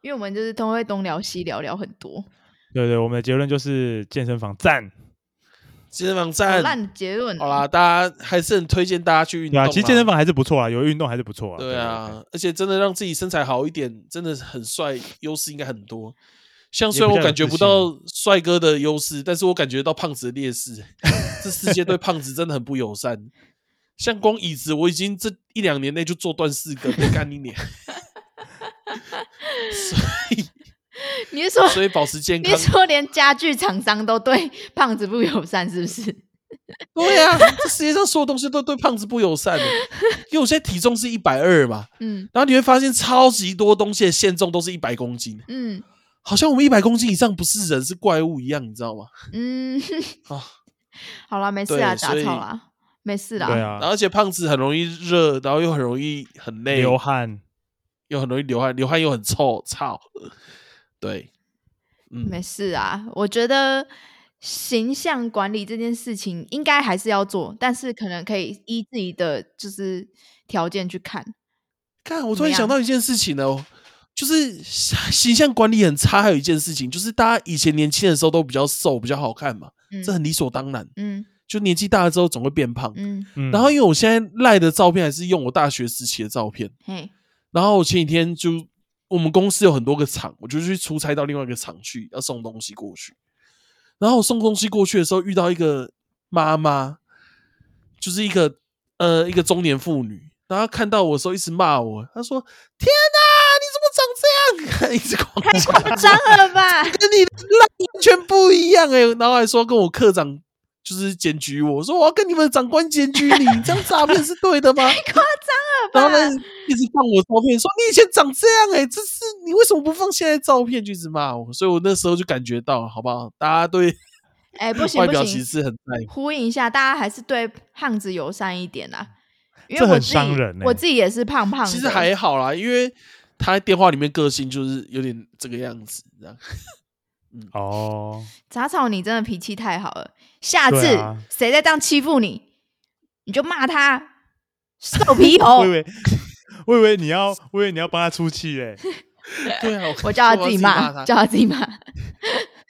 Speaker 1: 因为我们就是都会东聊西聊聊很多，
Speaker 3: 对对，我们的结论就是健身房赞，
Speaker 2: 健身房
Speaker 1: 好
Speaker 2: 站，
Speaker 1: 烂的结论。啊
Speaker 2: 好啦，大家还是很推荐大家去运
Speaker 3: 对
Speaker 2: 动、
Speaker 3: 啊，其实健身，房还是不错啦，有运动还是不错啊。
Speaker 2: 对啊，而且真的让自己身材好一点，真的很帅，优势应该很多。像虽然我
Speaker 3: 也比较有
Speaker 2: 感觉
Speaker 3: 自
Speaker 2: 不
Speaker 3: 信
Speaker 2: 到帅哥的优势，但是我感觉到胖子的劣势。这世界对胖子真的很不友善。像光椅子，我已经这一两年内就做断四个，我干你脸。所以，
Speaker 1: 你是说
Speaker 2: 所以保持健
Speaker 1: 你
Speaker 2: 康
Speaker 1: 是说连家具厂商都对胖子不友善，是不是？
Speaker 2: 对呀、嗯这世界上所有东西都对胖子不友善的，因为我现在体重是一百二嘛，
Speaker 1: 嗯
Speaker 2: 然后你会发现超级多东西的限重都是一百公斤，
Speaker 1: 嗯
Speaker 2: 好像我们一百公斤以上不是人是怪物一样，你知道吗？
Speaker 1: 嗯，
Speaker 2: 啊，
Speaker 1: 好啦，没事啦，
Speaker 2: 对
Speaker 1: 打
Speaker 2: 所以
Speaker 1: 草啦，没事啦。
Speaker 3: 对
Speaker 2: 然
Speaker 3: 啊，
Speaker 2: 后而且胖子很容易热，然后又很容易很累，
Speaker 3: 流汗。
Speaker 2: 又很容易流汗，流汗又很臭，操，对，嗯，
Speaker 1: 没事啊，我觉得形象管理这件事情应该还是要做，但是可能可以依自己的就是条件去看。
Speaker 2: 看我
Speaker 1: 怎
Speaker 2: 突
Speaker 1: 么
Speaker 2: 然
Speaker 1: 样
Speaker 2: 想到一件事情哦。就是形象管理很差，还有一件事情就是大家以前年轻的时候都比较瘦，比较好看嘛，
Speaker 1: 嗯
Speaker 2: 这很理所当然。
Speaker 1: 嗯
Speaker 2: 就年纪大了之后总会变胖。
Speaker 1: 嗯，
Speaker 3: 嗯
Speaker 2: 然后因为我现在赖的照片还是用我大学时期的照片，
Speaker 1: 嘿，
Speaker 2: 然后我前几天就我们公司有很多个厂，我就去出差到另外一个厂去，要送东西过去。然后我送东西过去的时候，遇到一个妈妈，就是一个呃一个中年妇女，然后她看到我的时候一直骂我，她说：“天哪，你怎么长这样？” 一直狂
Speaker 1: 太
Speaker 2: 讲
Speaker 1: 夸张了吧？
Speaker 2: 跟你的烂完全不一样哎、然后还说跟我科长就是检举我，说我要跟你们长官检举你，你这样诈骗是 对的吗？
Speaker 1: 夸张
Speaker 2: 然后
Speaker 1: 了吧？
Speaker 2: 呢，一直放我照片，说你以前长这样哎、这是你为什么不放现在照片？就一直骂我，所以我那时候就感觉到，好不好？大家对
Speaker 1: 哎，不行
Speaker 2: 外
Speaker 1: 不
Speaker 2: 表其
Speaker 1: 行，
Speaker 2: 实很在意。
Speaker 1: 呼应一下，大家还是对胖子友善一点啦。因为
Speaker 3: 这
Speaker 1: 我
Speaker 3: 很
Speaker 1: 自己
Speaker 3: 伤人欸
Speaker 1: 我自己也是胖胖的，
Speaker 2: 其实还好啦，因为他在电话里面个性就是有点这个样子，这样。
Speaker 3: 哦，
Speaker 1: 杂草，你真的脾气太好了。下次
Speaker 3: 对啊
Speaker 1: 谁再这样欺负你，你就骂他瘦皮猴
Speaker 3: 我以。为 我以为你要，我以为你要帮他出气嘞。
Speaker 2: 对啊，
Speaker 1: 我叫他
Speaker 2: 我
Speaker 1: 自己
Speaker 2: 骂
Speaker 1: 骂，
Speaker 2: 他。
Speaker 1: 叫他自己骂。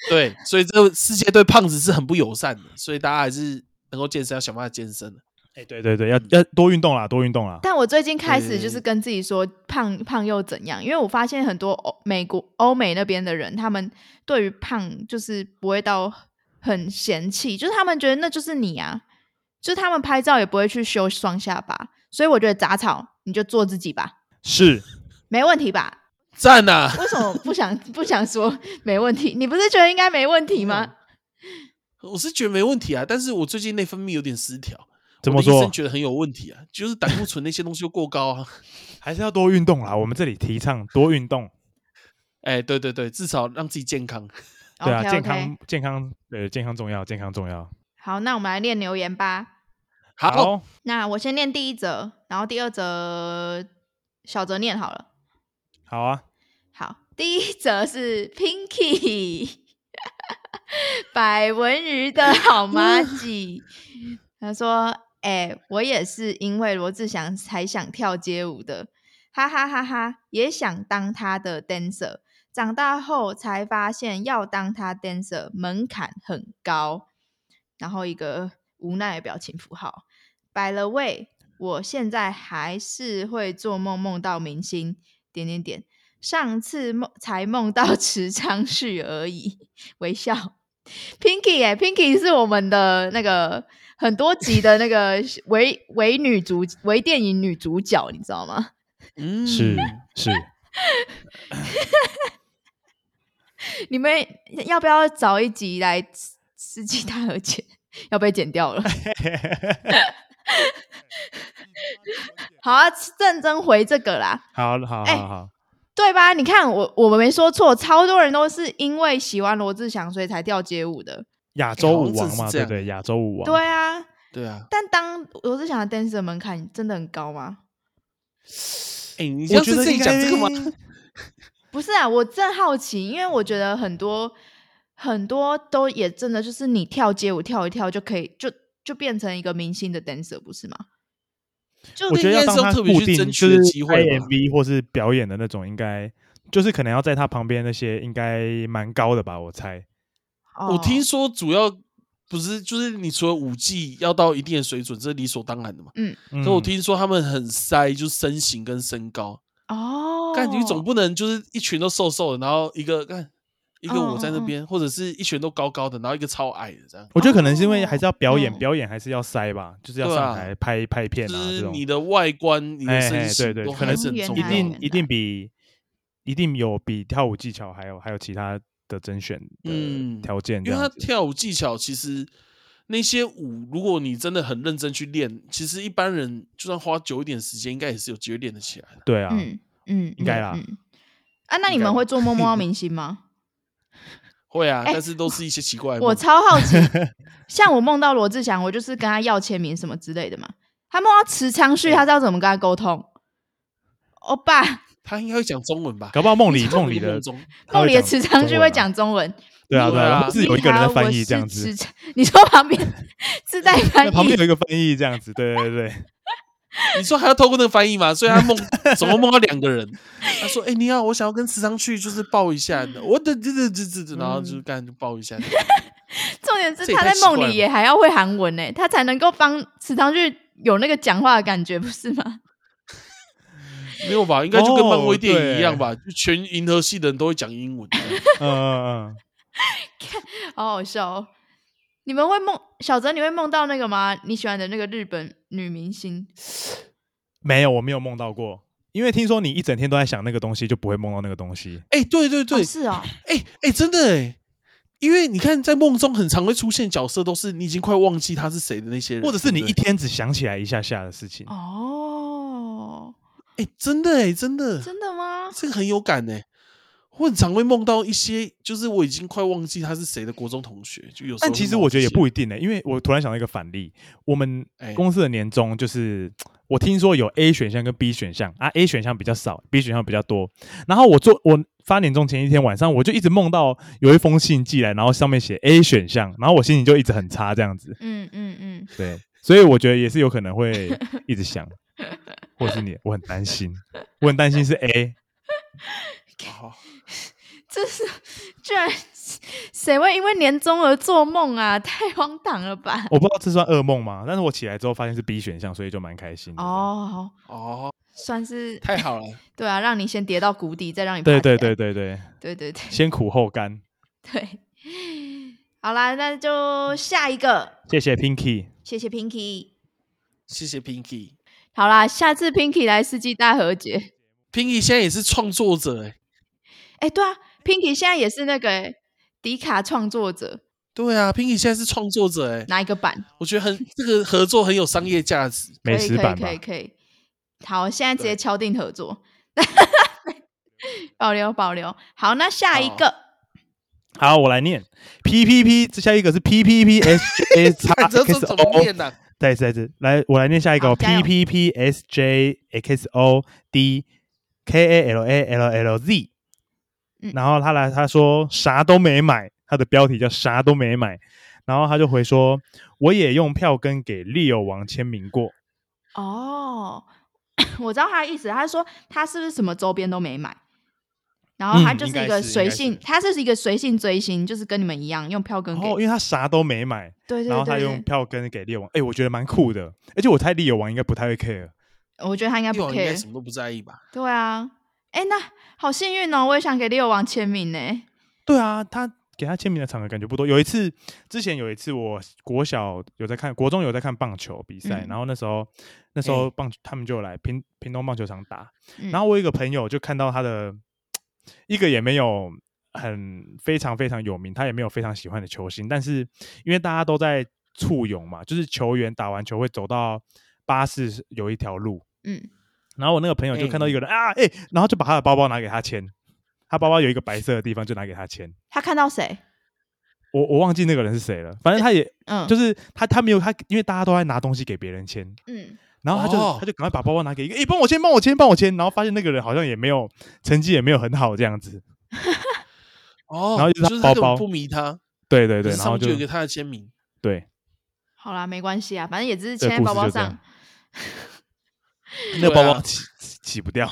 Speaker 2: 对，所以这个世界对胖子是很不友善的，所以大家还是能够健身要想办法健身的。
Speaker 3: 哎，对对对，要要多运动啦，多运动啦。
Speaker 1: 但我最近开始
Speaker 3: 嗯
Speaker 1: 就是跟自己说胖胖又怎样，因为我发现很多欧美国欧美那边的人，他们对于胖就是不会到很嫌弃，就是他们觉得那就是你啊，就是他们拍照也不会去修双下巴，所以我觉得杂草你就做自己吧，
Speaker 3: 是，
Speaker 1: 没问题吧？
Speaker 2: 赞呐！
Speaker 1: 为什么不想不想说没问题？你不是觉得应该没问题吗？
Speaker 3: 嗯
Speaker 2: 我是觉得没问题啊，但是我最近内分泌有点失调，
Speaker 3: 怎
Speaker 2: 我
Speaker 3: 么
Speaker 2: 的医
Speaker 3: 说
Speaker 2: 生？觉得很有问题啊，就是胆固醇那些东西又过高啊。
Speaker 3: 还是要多运动啦。我们这里提倡多运动，
Speaker 2: 哎，对对对，至少让自己健康。
Speaker 3: 对啊，
Speaker 1: OK，OK
Speaker 3: 健康健康，呃，健康重要，健康重要。
Speaker 1: 好，那我们来念留言吧。
Speaker 2: 好，，
Speaker 1: 那我先念第一则，然后第二则小泽念好了。
Speaker 3: 好啊，
Speaker 1: 好，第一则是 Pinky，百文鱼的好妈吉，他说：“哎、我也是因为罗志祥才想跳街舞的，哈哈哈哈，也想当他的 dancer。长大后才发现要当他 dancer 门槛很高。”然后一个无奈的表情符号。By the way，我现在还是会做梦梦到明星点点点。上次梦才梦到 池昌旭而已，微笑。Pinky 哎、p i n k y 是我们的那个很多集的那个唯唯女主唯电影女主角，你知道吗？
Speaker 2: 嗯，
Speaker 3: 是是，
Speaker 1: 你们要不要找一集来司机大和解？ 要被剪掉了。 好啊，认真回这个啦。
Speaker 3: 好好
Speaker 1: 哎
Speaker 3: 好好，
Speaker 1: 对吧？你看我，我们没说错，超多人都是因为喜欢罗志祥，所以才跳街舞的。
Speaker 3: 亚洲
Speaker 2: 好像
Speaker 3: 舞王
Speaker 2: 真是
Speaker 3: 嘛，
Speaker 2: 这
Speaker 3: 对
Speaker 2: 样
Speaker 3: 对，亚洲舞王，
Speaker 1: 对啊，
Speaker 2: 对啊。
Speaker 1: 但当罗志祥的 dancer 门槛真的很高吗？
Speaker 2: 哎，你
Speaker 3: 我
Speaker 2: 要
Speaker 3: 觉
Speaker 2: 是
Speaker 3: 得
Speaker 2: 自己
Speaker 3: 应
Speaker 2: 讲这个吗？
Speaker 3: 该
Speaker 1: 不是啊，我真好奇，因为我觉得很多很多都也真的就是你跳街舞跳一跳就可以，就就变成一个明星的 dancer，不是吗？就
Speaker 3: 我觉得
Speaker 2: 应
Speaker 3: 要
Speaker 2: 该
Speaker 3: 让
Speaker 2: 是
Speaker 3: 他
Speaker 2: 特别
Speaker 3: 固
Speaker 2: 去
Speaker 3: 定，
Speaker 2: 争
Speaker 3: 就
Speaker 2: 取
Speaker 3: 是
Speaker 2: 的机会
Speaker 3: 拍
Speaker 2: 吧
Speaker 3: MV 或是表演的那种，应该就是可能要在他旁边那些应该蛮高的吧，我猜。
Speaker 2: 我听
Speaker 1: 哦，
Speaker 2: 说主要不是就是你除了舞技要到一定的水准，这是理所当然的嘛。
Speaker 3: 嗯
Speaker 2: 可我听说他们很塞，就是身形跟身高。
Speaker 1: 哦，
Speaker 2: 干你总不能就是一群都瘦瘦的，然后一个干一个
Speaker 1: 嗯
Speaker 2: 我在那边，或者是一群都高高的，然后一个超矮的这样。
Speaker 3: 我觉得可能是因为还是要表演，
Speaker 1: 哦
Speaker 3: 表演还是要塞吧，就是要
Speaker 2: 对
Speaker 3: 上
Speaker 2: 啊
Speaker 3: 台拍拍片
Speaker 2: 就
Speaker 3: 啊这
Speaker 2: 是
Speaker 3: 种，
Speaker 2: 你的外观、你
Speaker 3: 哎
Speaker 2: 的身
Speaker 3: 哎对
Speaker 2: 形
Speaker 3: 对
Speaker 2: 都
Speaker 3: 可
Speaker 2: 还
Speaker 3: 能
Speaker 2: 是很
Speaker 1: 是
Speaker 2: 重
Speaker 3: 一
Speaker 2: 要
Speaker 1: 哪有
Speaker 3: 定
Speaker 2: 的。
Speaker 1: 人
Speaker 3: 一定比一定有比跳舞技巧还有还有其他的甄选的
Speaker 2: 嗯
Speaker 3: 条件
Speaker 2: 因
Speaker 3: 这
Speaker 2: 为他
Speaker 3: 样子。
Speaker 2: 跳舞技巧其实那些舞，如果你真的很认真去练，其实一般人就算花久一点时间，应该也是有机会练得起来的。
Speaker 3: 对啊，
Speaker 1: 嗯嗯，
Speaker 3: 应该啦
Speaker 1: 嗯嗯啊，那你
Speaker 2: 应该
Speaker 1: 们
Speaker 2: 吧
Speaker 1: 会做梦梦到明星吗？
Speaker 2: 会啊，
Speaker 1: 哎
Speaker 2: 但是都是一些奇怪的梦。
Speaker 1: 我超好奇，像我梦到罗志祥，我就是跟他要签名什么之类的嘛。他梦到池昌旭，他知道怎么跟他沟通。欧巴，
Speaker 2: 他应该会讲中文吧？
Speaker 3: 搞不好梦里
Speaker 2: 中
Speaker 3: 梦
Speaker 2: 文
Speaker 3: 里的
Speaker 2: 中
Speaker 3: 他
Speaker 1: 梦
Speaker 3: 会
Speaker 1: 里的
Speaker 3: 讲
Speaker 1: 池昌旭
Speaker 3: 中
Speaker 1: 会
Speaker 3: 文啊
Speaker 1: 讲中文，
Speaker 3: 对啊
Speaker 2: 中
Speaker 3: 对
Speaker 2: 文
Speaker 3: 啊，
Speaker 2: 啊
Speaker 3: 或是有一个人在翻译这样
Speaker 1: 你好我
Speaker 3: 子
Speaker 1: 是，池昌 你说旁边自带翻
Speaker 3: 那旁边
Speaker 1: 译，
Speaker 3: 有一个翻译这样子，对对 对，
Speaker 2: 你说还要透过那个翻译吗？所以他梦总共梦到两个人。他说：“哎、你好，我想要跟池昌去，就是抱一下。”我的这这这这，然后
Speaker 3: 嗯
Speaker 2: 就是干就抱一下。
Speaker 1: 重点是
Speaker 2: 这也
Speaker 1: 他
Speaker 2: 太
Speaker 1: 在
Speaker 2: 奇
Speaker 1: 梦
Speaker 2: 怪
Speaker 1: 里
Speaker 2: 了
Speaker 1: 也还要会韩文呢、他才能够帮池昌旭有那个讲话的感觉，不是吗？
Speaker 2: 没有吧？应该就跟漫威电
Speaker 3: 哦
Speaker 2: 影一样吧？就全银河系的人都会讲英文。
Speaker 3: 嗯嗯嗯，
Speaker 1: 好好笑哦！你们会梦小泽，你会梦到那个吗？你喜欢的那个日本女明星？
Speaker 3: 没有，我没有梦到过，因为听说你一整天都在想那个东西，就不会梦到那个东西。
Speaker 2: 哎、对对对
Speaker 1: 哦，是哦，
Speaker 2: 哎哎、真的哎、因为你看，在梦中很常会出现角色，都是你已经快忘记他是谁的那些人，
Speaker 3: 或者是你
Speaker 2: 对
Speaker 3: 一
Speaker 2: 不对
Speaker 3: 天只想起来一下下的事情。
Speaker 1: 哦，
Speaker 2: 哎、真的哎、真的，
Speaker 1: 真的吗？
Speaker 2: 这个很有感哎、我很常会梦到一些，就是我已经快忘记他是谁的国中同学，就有时候会
Speaker 3: 但
Speaker 2: 梦到这些。
Speaker 3: 其实我觉得也不一定呢、因为我突然想到一个反例，我们
Speaker 2: 哎
Speaker 3: 公司的年终就是。我听说有 A 选项跟 B 选项啊，A 选项比较少，B 选项比较多。然后我做我发年终前一天晚上，我就一直梦到有一封信寄来，然后上面写 A 选项，然后我心情就一直很差这样子。
Speaker 1: 嗯嗯嗯，
Speaker 3: 对，所以我觉得也是有可能会一 直想，或是你，我很担心，我很担心是 A，
Speaker 2: 好
Speaker 1: 这是 居然谁会因为年终而做梦啊？太荒唐了吧！
Speaker 3: 我不知道这算噩梦吗？但是我起来之后发现是 B 选项，所以就蛮开心的。
Speaker 1: 哦，
Speaker 2: 哦，
Speaker 1: 算是
Speaker 2: 太好了，
Speaker 1: 对啊，让你先跌到谷底，再让你
Speaker 3: 对
Speaker 1: 爬起
Speaker 3: 对
Speaker 1: 来
Speaker 3: 对对对，
Speaker 1: 对对 对
Speaker 3: 先苦后甘。
Speaker 1: 对。好啦，那就下一个，
Speaker 3: 谢谢 Pinky，
Speaker 1: 谢谢 Pinky。
Speaker 2: 谢谢 Pinky。
Speaker 1: 好啦，下次 Pinky 来世纪大和解。
Speaker 2: Pinky 现在也是创作者哎、
Speaker 1: 哎、对啊，Pinky 现在也是那个、欸、迪卡创作者，
Speaker 2: 对啊，Pinky 现在是创作者哎、
Speaker 1: 哪一个版？
Speaker 2: 我觉得很这个合作很有商业价 值。
Speaker 1: 可
Speaker 3: 美
Speaker 1: 以
Speaker 3: 食版吧
Speaker 1: 可以。可以可以。好，现在直接
Speaker 2: 对
Speaker 1: 敲定合作， 保留保留。好，那下一
Speaker 2: 好
Speaker 1: 个，
Speaker 3: 好，我来念 P P P，这下一个是 P P P S J X
Speaker 2: 看这这
Speaker 3: X
Speaker 2: 怎么
Speaker 3: O，
Speaker 2: 念呢、啊？
Speaker 3: 再一次再一次，来我来念下一个、
Speaker 1: 好
Speaker 3: 哦、
Speaker 1: 加油
Speaker 3: P P P S J X O D K A L A L L Z，、
Speaker 1: 嗯
Speaker 3: 然后他来他说啥都没买，他的标题叫啥都没买，然后他就回说我也用票根给 Leo 王签名过，
Speaker 1: 哦， 我知道他的意思，他说他是不是什么周边都没买，然后他
Speaker 3: 嗯
Speaker 1: 就
Speaker 3: 应
Speaker 1: 是一
Speaker 3: 该
Speaker 1: 个
Speaker 3: 是应
Speaker 1: 随
Speaker 3: 该
Speaker 1: 性，
Speaker 3: 是
Speaker 1: 他就是一个随性追星，就是跟你们一样用票根
Speaker 3: 然
Speaker 1: 给，
Speaker 3: 哦后因为他啥都没买，
Speaker 1: 对对
Speaker 3: 然后
Speaker 1: 对
Speaker 3: 他
Speaker 1: 对
Speaker 3: 用票根给 Leo 王，哎，我觉得蛮酷的，而且我猜 Leo 王应该不太会 care。
Speaker 1: 我觉得他应该
Speaker 2: 帝
Speaker 1: 不
Speaker 2: 王应该
Speaker 1: care，
Speaker 2: 什么都不在意吧？
Speaker 1: 对啊，哎，那好幸运哦，我也想给六王签名呢，
Speaker 3: 对啊，他给他签名的场合感觉不多。有一次，之前有一次，我国小有在看，国中有在看棒球比赛，
Speaker 1: 嗯
Speaker 3: 然后那时候那时候棒、球他们就有来屏屏东棒球场打，
Speaker 1: 嗯
Speaker 3: 然后我有一个朋友就看到他的一个也没有。很非常非常有名，他也没有非常喜欢的球星，但是因为大家都在簇拥嘛，就是球员打完球会走到巴士有一条路，
Speaker 1: 嗯，
Speaker 3: 然后我那个朋友就
Speaker 2: 哎
Speaker 3: 看到一个人、啊，哎、然后就把他的包包拿给他签，他包包有一个白色的地方，就拿给他签，
Speaker 1: 他看到谁？
Speaker 3: 我我忘记那个人是谁了，反正他也
Speaker 1: 嗯，
Speaker 3: 就是是他他没有他，因为大家都在拿东西给别人签，
Speaker 1: 嗯，
Speaker 3: 然后他就、
Speaker 2: 哦
Speaker 3: 他就赶快把包包拿给一个，诶、帮我签，帮我签，帮我签，然后发现那个人好像也没有成绩也没有很好这样子，
Speaker 2: 哦，
Speaker 3: 然后就是他
Speaker 2: 就是他根
Speaker 3: 包包
Speaker 2: 本不迷他，
Speaker 3: 对对
Speaker 2: 可
Speaker 3: 对，
Speaker 2: 是
Speaker 3: 然
Speaker 2: 上
Speaker 3: 后
Speaker 2: 面
Speaker 3: 就
Speaker 2: 就有一个他的签名。
Speaker 3: 对，
Speaker 1: 好啦，没关系啊，反正也只是
Speaker 3: 这
Speaker 1: 签
Speaker 3: 个
Speaker 1: 在
Speaker 3: 故
Speaker 1: 包包
Speaker 3: 事就这
Speaker 1: 上
Speaker 3: 样，那个包
Speaker 2: 对啊
Speaker 3: 包洗洗洗不掉，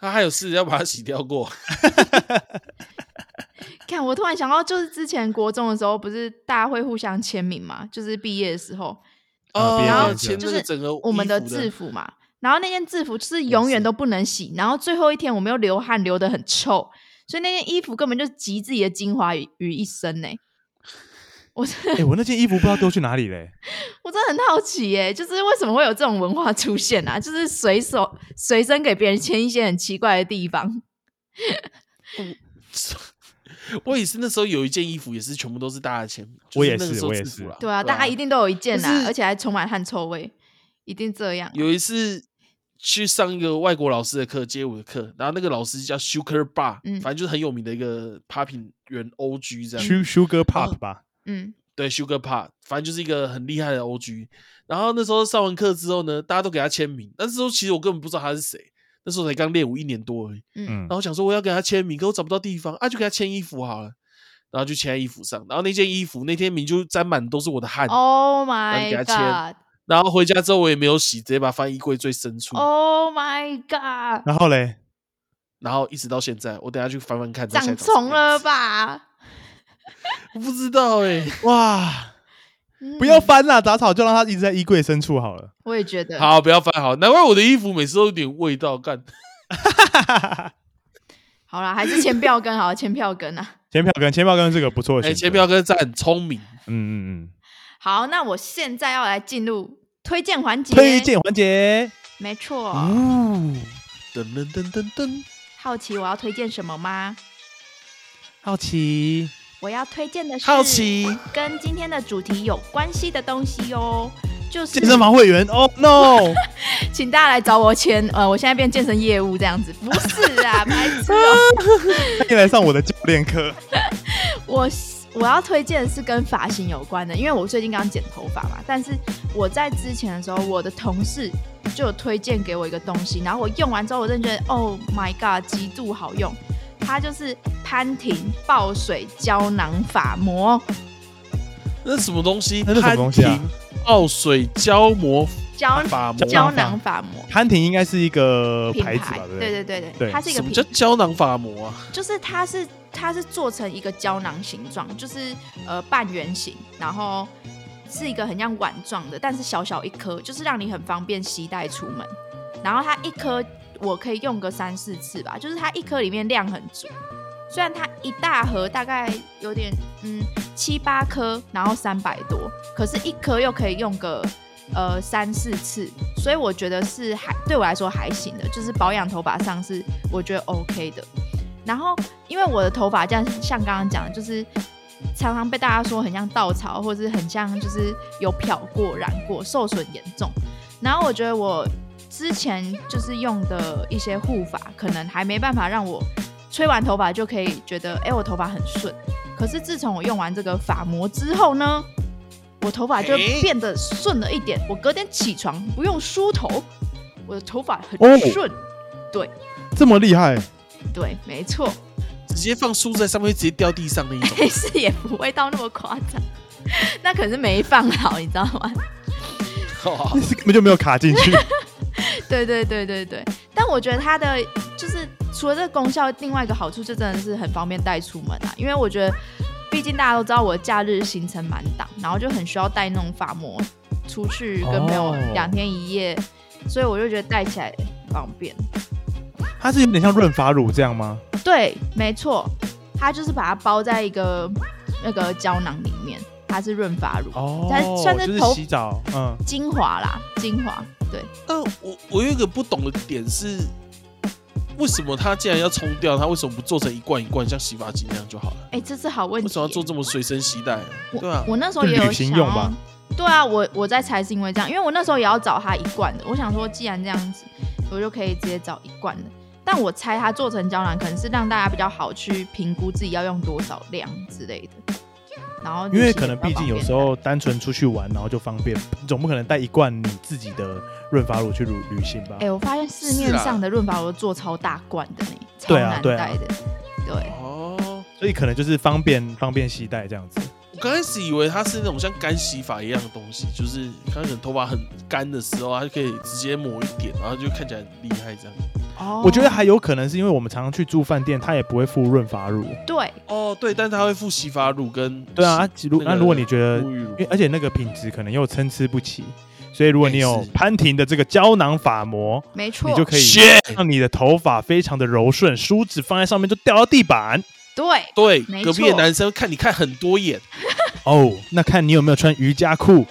Speaker 2: 他还有事要把它洗掉 过，
Speaker 3: 啊
Speaker 1: 看，我突然想到，就是之前国中的时候，不是大家会互相签名嘛？就是毕业的时候，
Speaker 3: 啊毕业
Speaker 2: 哦然后
Speaker 3: 典礼
Speaker 2: 签那
Speaker 1: 就
Speaker 2: 个
Speaker 1: 是
Speaker 2: 整个
Speaker 1: 我们
Speaker 2: 衣
Speaker 1: 的
Speaker 2: 服
Speaker 1: 制服嘛。然后那件制服就是永远
Speaker 2: 是
Speaker 1: 都不能洗，然后最后一天我们又流汗流得很臭，所以那件衣服根本就集自己的精华于于一身呢、我真
Speaker 3: 哎、我那件衣服不知道丢去哪里 嘞、
Speaker 1: 我真的很好奇耶、就是为什么会有这种文化出现啊？就是随手随身给别人签一些很奇怪的地方，
Speaker 2: 我也是那时候有一件衣服，也是全部都是大家签，就
Speaker 3: 我也
Speaker 2: 那个
Speaker 3: 是
Speaker 2: 时候
Speaker 3: 我也
Speaker 2: 制服
Speaker 3: 是
Speaker 2: 啦
Speaker 1: 对啊，大家一定都有一件
Speaker 2: 就
Speaker 1: 啊，
Speaker 2: 是
Speaker 1: 而且还充满汗臭味，一定这样。
Speaker 2: 有一次去上一个外国老师的课，街舞的课，然后那个老师叫 Sugar Bar，、
Speaker 1: 嗯
Speaker 2: 反正就是很有名的一个 popping 原 OG 这样。
Speaker 3: s Sugar
Speaker 2: 哦
Speaker 3: Pop 吧，
Speaker 1: 嗯
Speaker 2: 对，Sugar Pop，反正就是一个很厉害的 OG。然后那时候上完课之后呢，大家都给他签名，但是说其实我根本不知道他是谁，那时候才刚练舞一年多而已。
Speaker 1: 嗯
Speaker 3: 嗯
Speaker 2: 然，后我想说我要给他签名，可我找不到地方啊，就给他签衣服好了。然后就签在衣服上，然后那件衣服那天明就沾满都是我的汗，
Speaker 1: ，Oh
Speaker 2: 然后给
Speaker 1: my
Speaker 2: 他
Speaker 1: god！
Speaker 2: 签然后回家之后我也没有洗，直接把它放衣柜最深处，
Speaker 1: Oh my god！
Speaker 3: 然后嘞，
Speaker 2: 然后一直到现在，我等下去翻翻看。
Speaker 1: 长虫了
Speaker 2: 吧？
Speaker 1: 吧？
Speaker 2: 我不知道哎、
Speaker 3: 哇，
Speaker 1: 嗯
Speaker 3: 不要翻啦，杂草就让它一直在衣柜深处好了。
Speaker 1: 我也觉得。
Speaker 2: 好，不要翻好，难怪我的衣服每次都有点味道。干，
Speaker 1: 好啦，还是签票根好，签票根啊。
Speaker 3: 钱票根，钱票根是个不错的
Speaker 2: 哎、
Speaker 3: 选择。
Speaker 2: 钱彪哥赞很聪明，
Speaker 3: 嗯，嗯嗯
Speaker 1: 好，那我现在要来进入推荐环节。
Speaker 3: 推，荐环节。
Speaker 1: 没错。
Speaker 3: 哦，
Speaker 2: 噔噔噔噔噔，
Speaker 1: 好奇我要推荐什么吗？
Speaker 3: 好奇，
Speaker 1: 我要推荐的是
Speaker 2: 好奇
Speaker 1: 跟今天的主题有关系的东西哟。就是
Speaker 3: 健身房会 员哦、no，
Speaker 1: 请大家来找我签，呃，我现在变健身业务这样子，不是啊，白痴 哦、
Speaker 3: 欢迎来上我的教 练课。
Speaker 1: 我是我要推荐的是跟发型有关的，因为我最近刚剪头发嘛，但是我在之前的时候，我的同事就有推荐给我一个东西，然后我用完之后，我真的觉得，Oh my god，极度好用，它就是潘婷爆水胶囊发膜
Speaker 2: 那什么东西？
Speaker 3: 那是什么东西啊
Speaker 2: 潘婷爆水胶膜
Speaker 1: 胶
Speaker 2: 法膜，
Speaker 1: 胶囊发膜。
Speaker 3: 潘婷应该是一个
Speaker 1: 品
Speaker 3: 牌子
Speaker 1: 牌
Speaker 3: 吧，，对不
Speaker 1: 对对
Speaker 3: 对？
Speaker 1: 对对，
Speaker 3: 对
Speaker 1: 它是一个
Speaker 2: 什么
Speaker 1: 品
Speaker 2: 叫胶囊法膜啊？
Speaker 1: 就是它是它是做成一个胶囊形状，就是呃半圆形，然后是一个很像碗状的，但是小小一颗，就是让你很方便携带出门。然后它一颗我可以用个三四次吧，就是它一颗里面量很足。虽然它一大盒大概有点嗯七八颗，然后三百多，可是一颗又可以用个呃三四次，所以我觉得是还对我来说还行的，就是保养头发上是我觉得 OK 的。然后因为我的头发这样，像刚刚讲的，就是常常被大家说很像稻草，或者是很像就是有漂过、染过、受损严重。然后我觉得我之前就是用的一些护发，可能还没办法让我吹完头发就可以觉得，哎，我头发很顺。可是自从我用完这个发膜之后呢，我头发就
Speaker 2: 诶
Speaker 1: 变得顺了一点。我隔天起床不用梳头，我的头发
Speaker 3: 哦
Speaker 1: 很顺。
Speaker 3: 这么厉
Speaker 1: 哦
Speaker 3: 害，
Speaker 1: 对，没错。
Speaker 2: 直接放书在上面，直接掉地上那一种。
Speaker 1: 但是也不会到那么夸张，那可是没放好，你知道吗？
Speaker 2: 哦
Speaker 3: 那是根本就没有卡进去。
Speaker 1: 对对对对对，但我觉得它的就是除了这个功效，另外一个好处就真的是很方便带出门啊，因为我觉得毕竟大家都知道我的假日行程满档，然后就很需要带那种发膜出去跟朋友
Speaker 3: 哦
Speaker 1: 两天一夜，所以我就觉得带起来很方便。
Speaker 3: 它是有点像润发乳这样吗？
Speaker 1: 对，没错，它就是把它包在一个那个胶囊里面，它是润发乳、
Speaker 3: 哦
Speaker 1: 它算是
Speaker 3: 就是
Speaker 1: 头
Speaker 3: 洗澡，嗯，
Speaker 1: 精华啦，精华对。
Speaker 2: 那呃我我有一个不懂的点是，为什么它既然要冲掉，它为什么不做成一罐一罐像洗发精那样就好了？
Speaker 1: 哎、这是好问题耶。
Speaker 2: 为什么要做这么随身携带？
Speaker 1: 我
Speaker 2: 对啊，
Speaker 1: 我那时候也有
Speaker 3: 就旅行
Speaker 1: 想
Speaker 3: 用
Speaker 1: 要
Speaker 3: 吧
Speaker 1: 对啊，我我在猜是因为这样，因为我那时候也要找它一罐的。我想说，既然这样子，我就可以直接找一罐的。但我猜它做成胶囊，可能是让大家比较好去评估自己要用多少量之类的。然后旅
Speaker 3: 因
Speaker 1: 行
Speaker 3: 为
Speaker 1: 也
Speaker 3: 可能
Speaker 1: 比较
Speaker 3: 毕竟
Speaker 1: 方
Speaker 3: 有
Speaker 1: 便
Speaker 3: 时候单纯出去玩，然后就方便，你总不可能带一罐你自己的润发乳去旅旅行吧
Speaker 1: 带，哎、？我发现市
Speaker 2: 是
Speaker 1: 面
Speaker 2: 啊
Speaker 1: 上的润发我都做超大罐的呢，超
Speaker 3: 对啊
Speaker 1: 难
Speaker 3: 对啊
Speaker 1: 带的。对
Speaker 2: 哦，
Speaker 3: 所以可能就是方便方便携带这样子。
Speaker 2: 我刚开始以为它是那种像干洗法一样的东西，就是它可能头发很干的时候，它就可以直接抹一点，然后就看起来很厉害这样。
Speaker 1: 哦
Speaker 3: 我觉得还有可能是因为我们常常去住饭店，它也不会附润发乳。
Speaker 1: 对，
Speaker 2: 哦，对，但是它会附洗发乳跟
Speaker 3: 对啊，啊
Speaker 2: 那
Speaker 3: 如
Speaker 2: 个
Speaker 3: 那如果你觉得
Speaker 2: 沐浴乳
Speaker 3: 因为而且那个品质可能又参差不齐，所以如果你有
Speaker 2: 哎是
Speaker 3: 潘婷的这个胶囊发膜，
Speaker 1: 没错，
Speaker 3: 你就可以
Speaker 2: Shit
Speaker 3: 让你的头发非常的柔顺，梳子放在上面就掉到地板。
Speaker 1: 对，
Speaker 2: 对
Speaker 1: 没，
Speaker 2: 隔壁的
Speaker 1: 错
Speaker 2: 男生看你看很多 眼，
Speaker 3: 哦，那看你有没有穿瑜伽裤。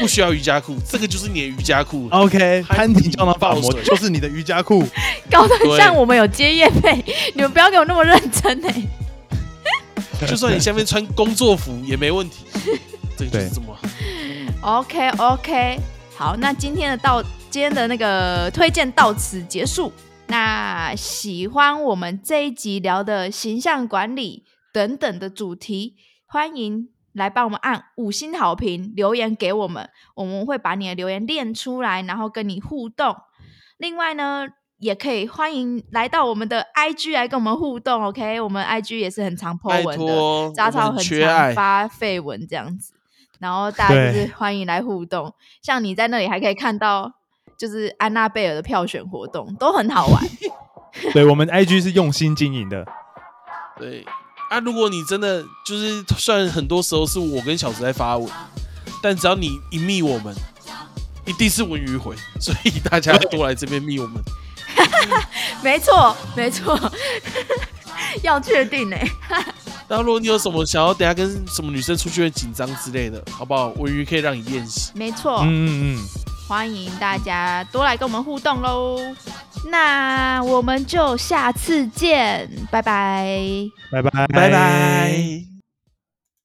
Speaker 2: 不需要瑜伽裤，这个就是你的瑜伽裤。
Speaker 3: OK，
Speaker 2: 潘
Speaker 3: 潘
Speaker 2: 婷
Speaker 3: 婷胶囊发膜
Speaker 2: 爆水
Speaker 3: 就是你的瑜伽 裤。
Speaker 1: 搞得很
Speaker 2: 对
Speaker 1: 像我们有接业费，你们不要给我那么认真哎、
Speaker 2: 就算你下面穿工作服也没 问题。这个就是这么
Speaker 1: OK OK，好，那今天的到今天的那个推荐到此结束。那喜欢我们这一集聊的形象管理等等的主题，欢迎来帮我们按五星好评留言给我们，我们会把你的留言练出来，然后跟你互动。另外呢，也可以欢迎来到我们的 IG 来跟我们互动，OK？我们 IG 也是很常 po
Speaker 2: 拜
Speaker 1: 文的，
Speaker 2: 托，
Speaker 1: 杂
Speaker 2: 我
Speaker 1: 草
Speaker 2: 们
Speaker 1: 很
Speaker 2: 缺
Speaker 1: 常
Speaker 2: 爱，
Speaker 1: 发绯闻这样子，然后大家就是欢迎来互动。像你在那里还可以看到，就是安娜贝尔的票选活动都很好 玩。
Speaker 3: 对我们 IG 是用心经营的，
Speaker 2: 对啊，如果你真的就是，虽然很多时候是我跟小石在发文，但只要你一密我们，一定是文娱回，所以大家多来这边密我们。
Speaker 1: 没错，没错， 要确定呢、欸
Speaker 2: 那如果你有什么想要等下跟什么女生出去会紧张之类的，好不好？文娱可以让你练习。
Speaker 1: 没错，
Speaker 3: 嗯嗯嗯，
Speaker 1: 欢迎大家多来跟我们互动喽。那我们就下次见，拜拜。
Speaker 3: 拜拜
Speaker 2: 拜拜。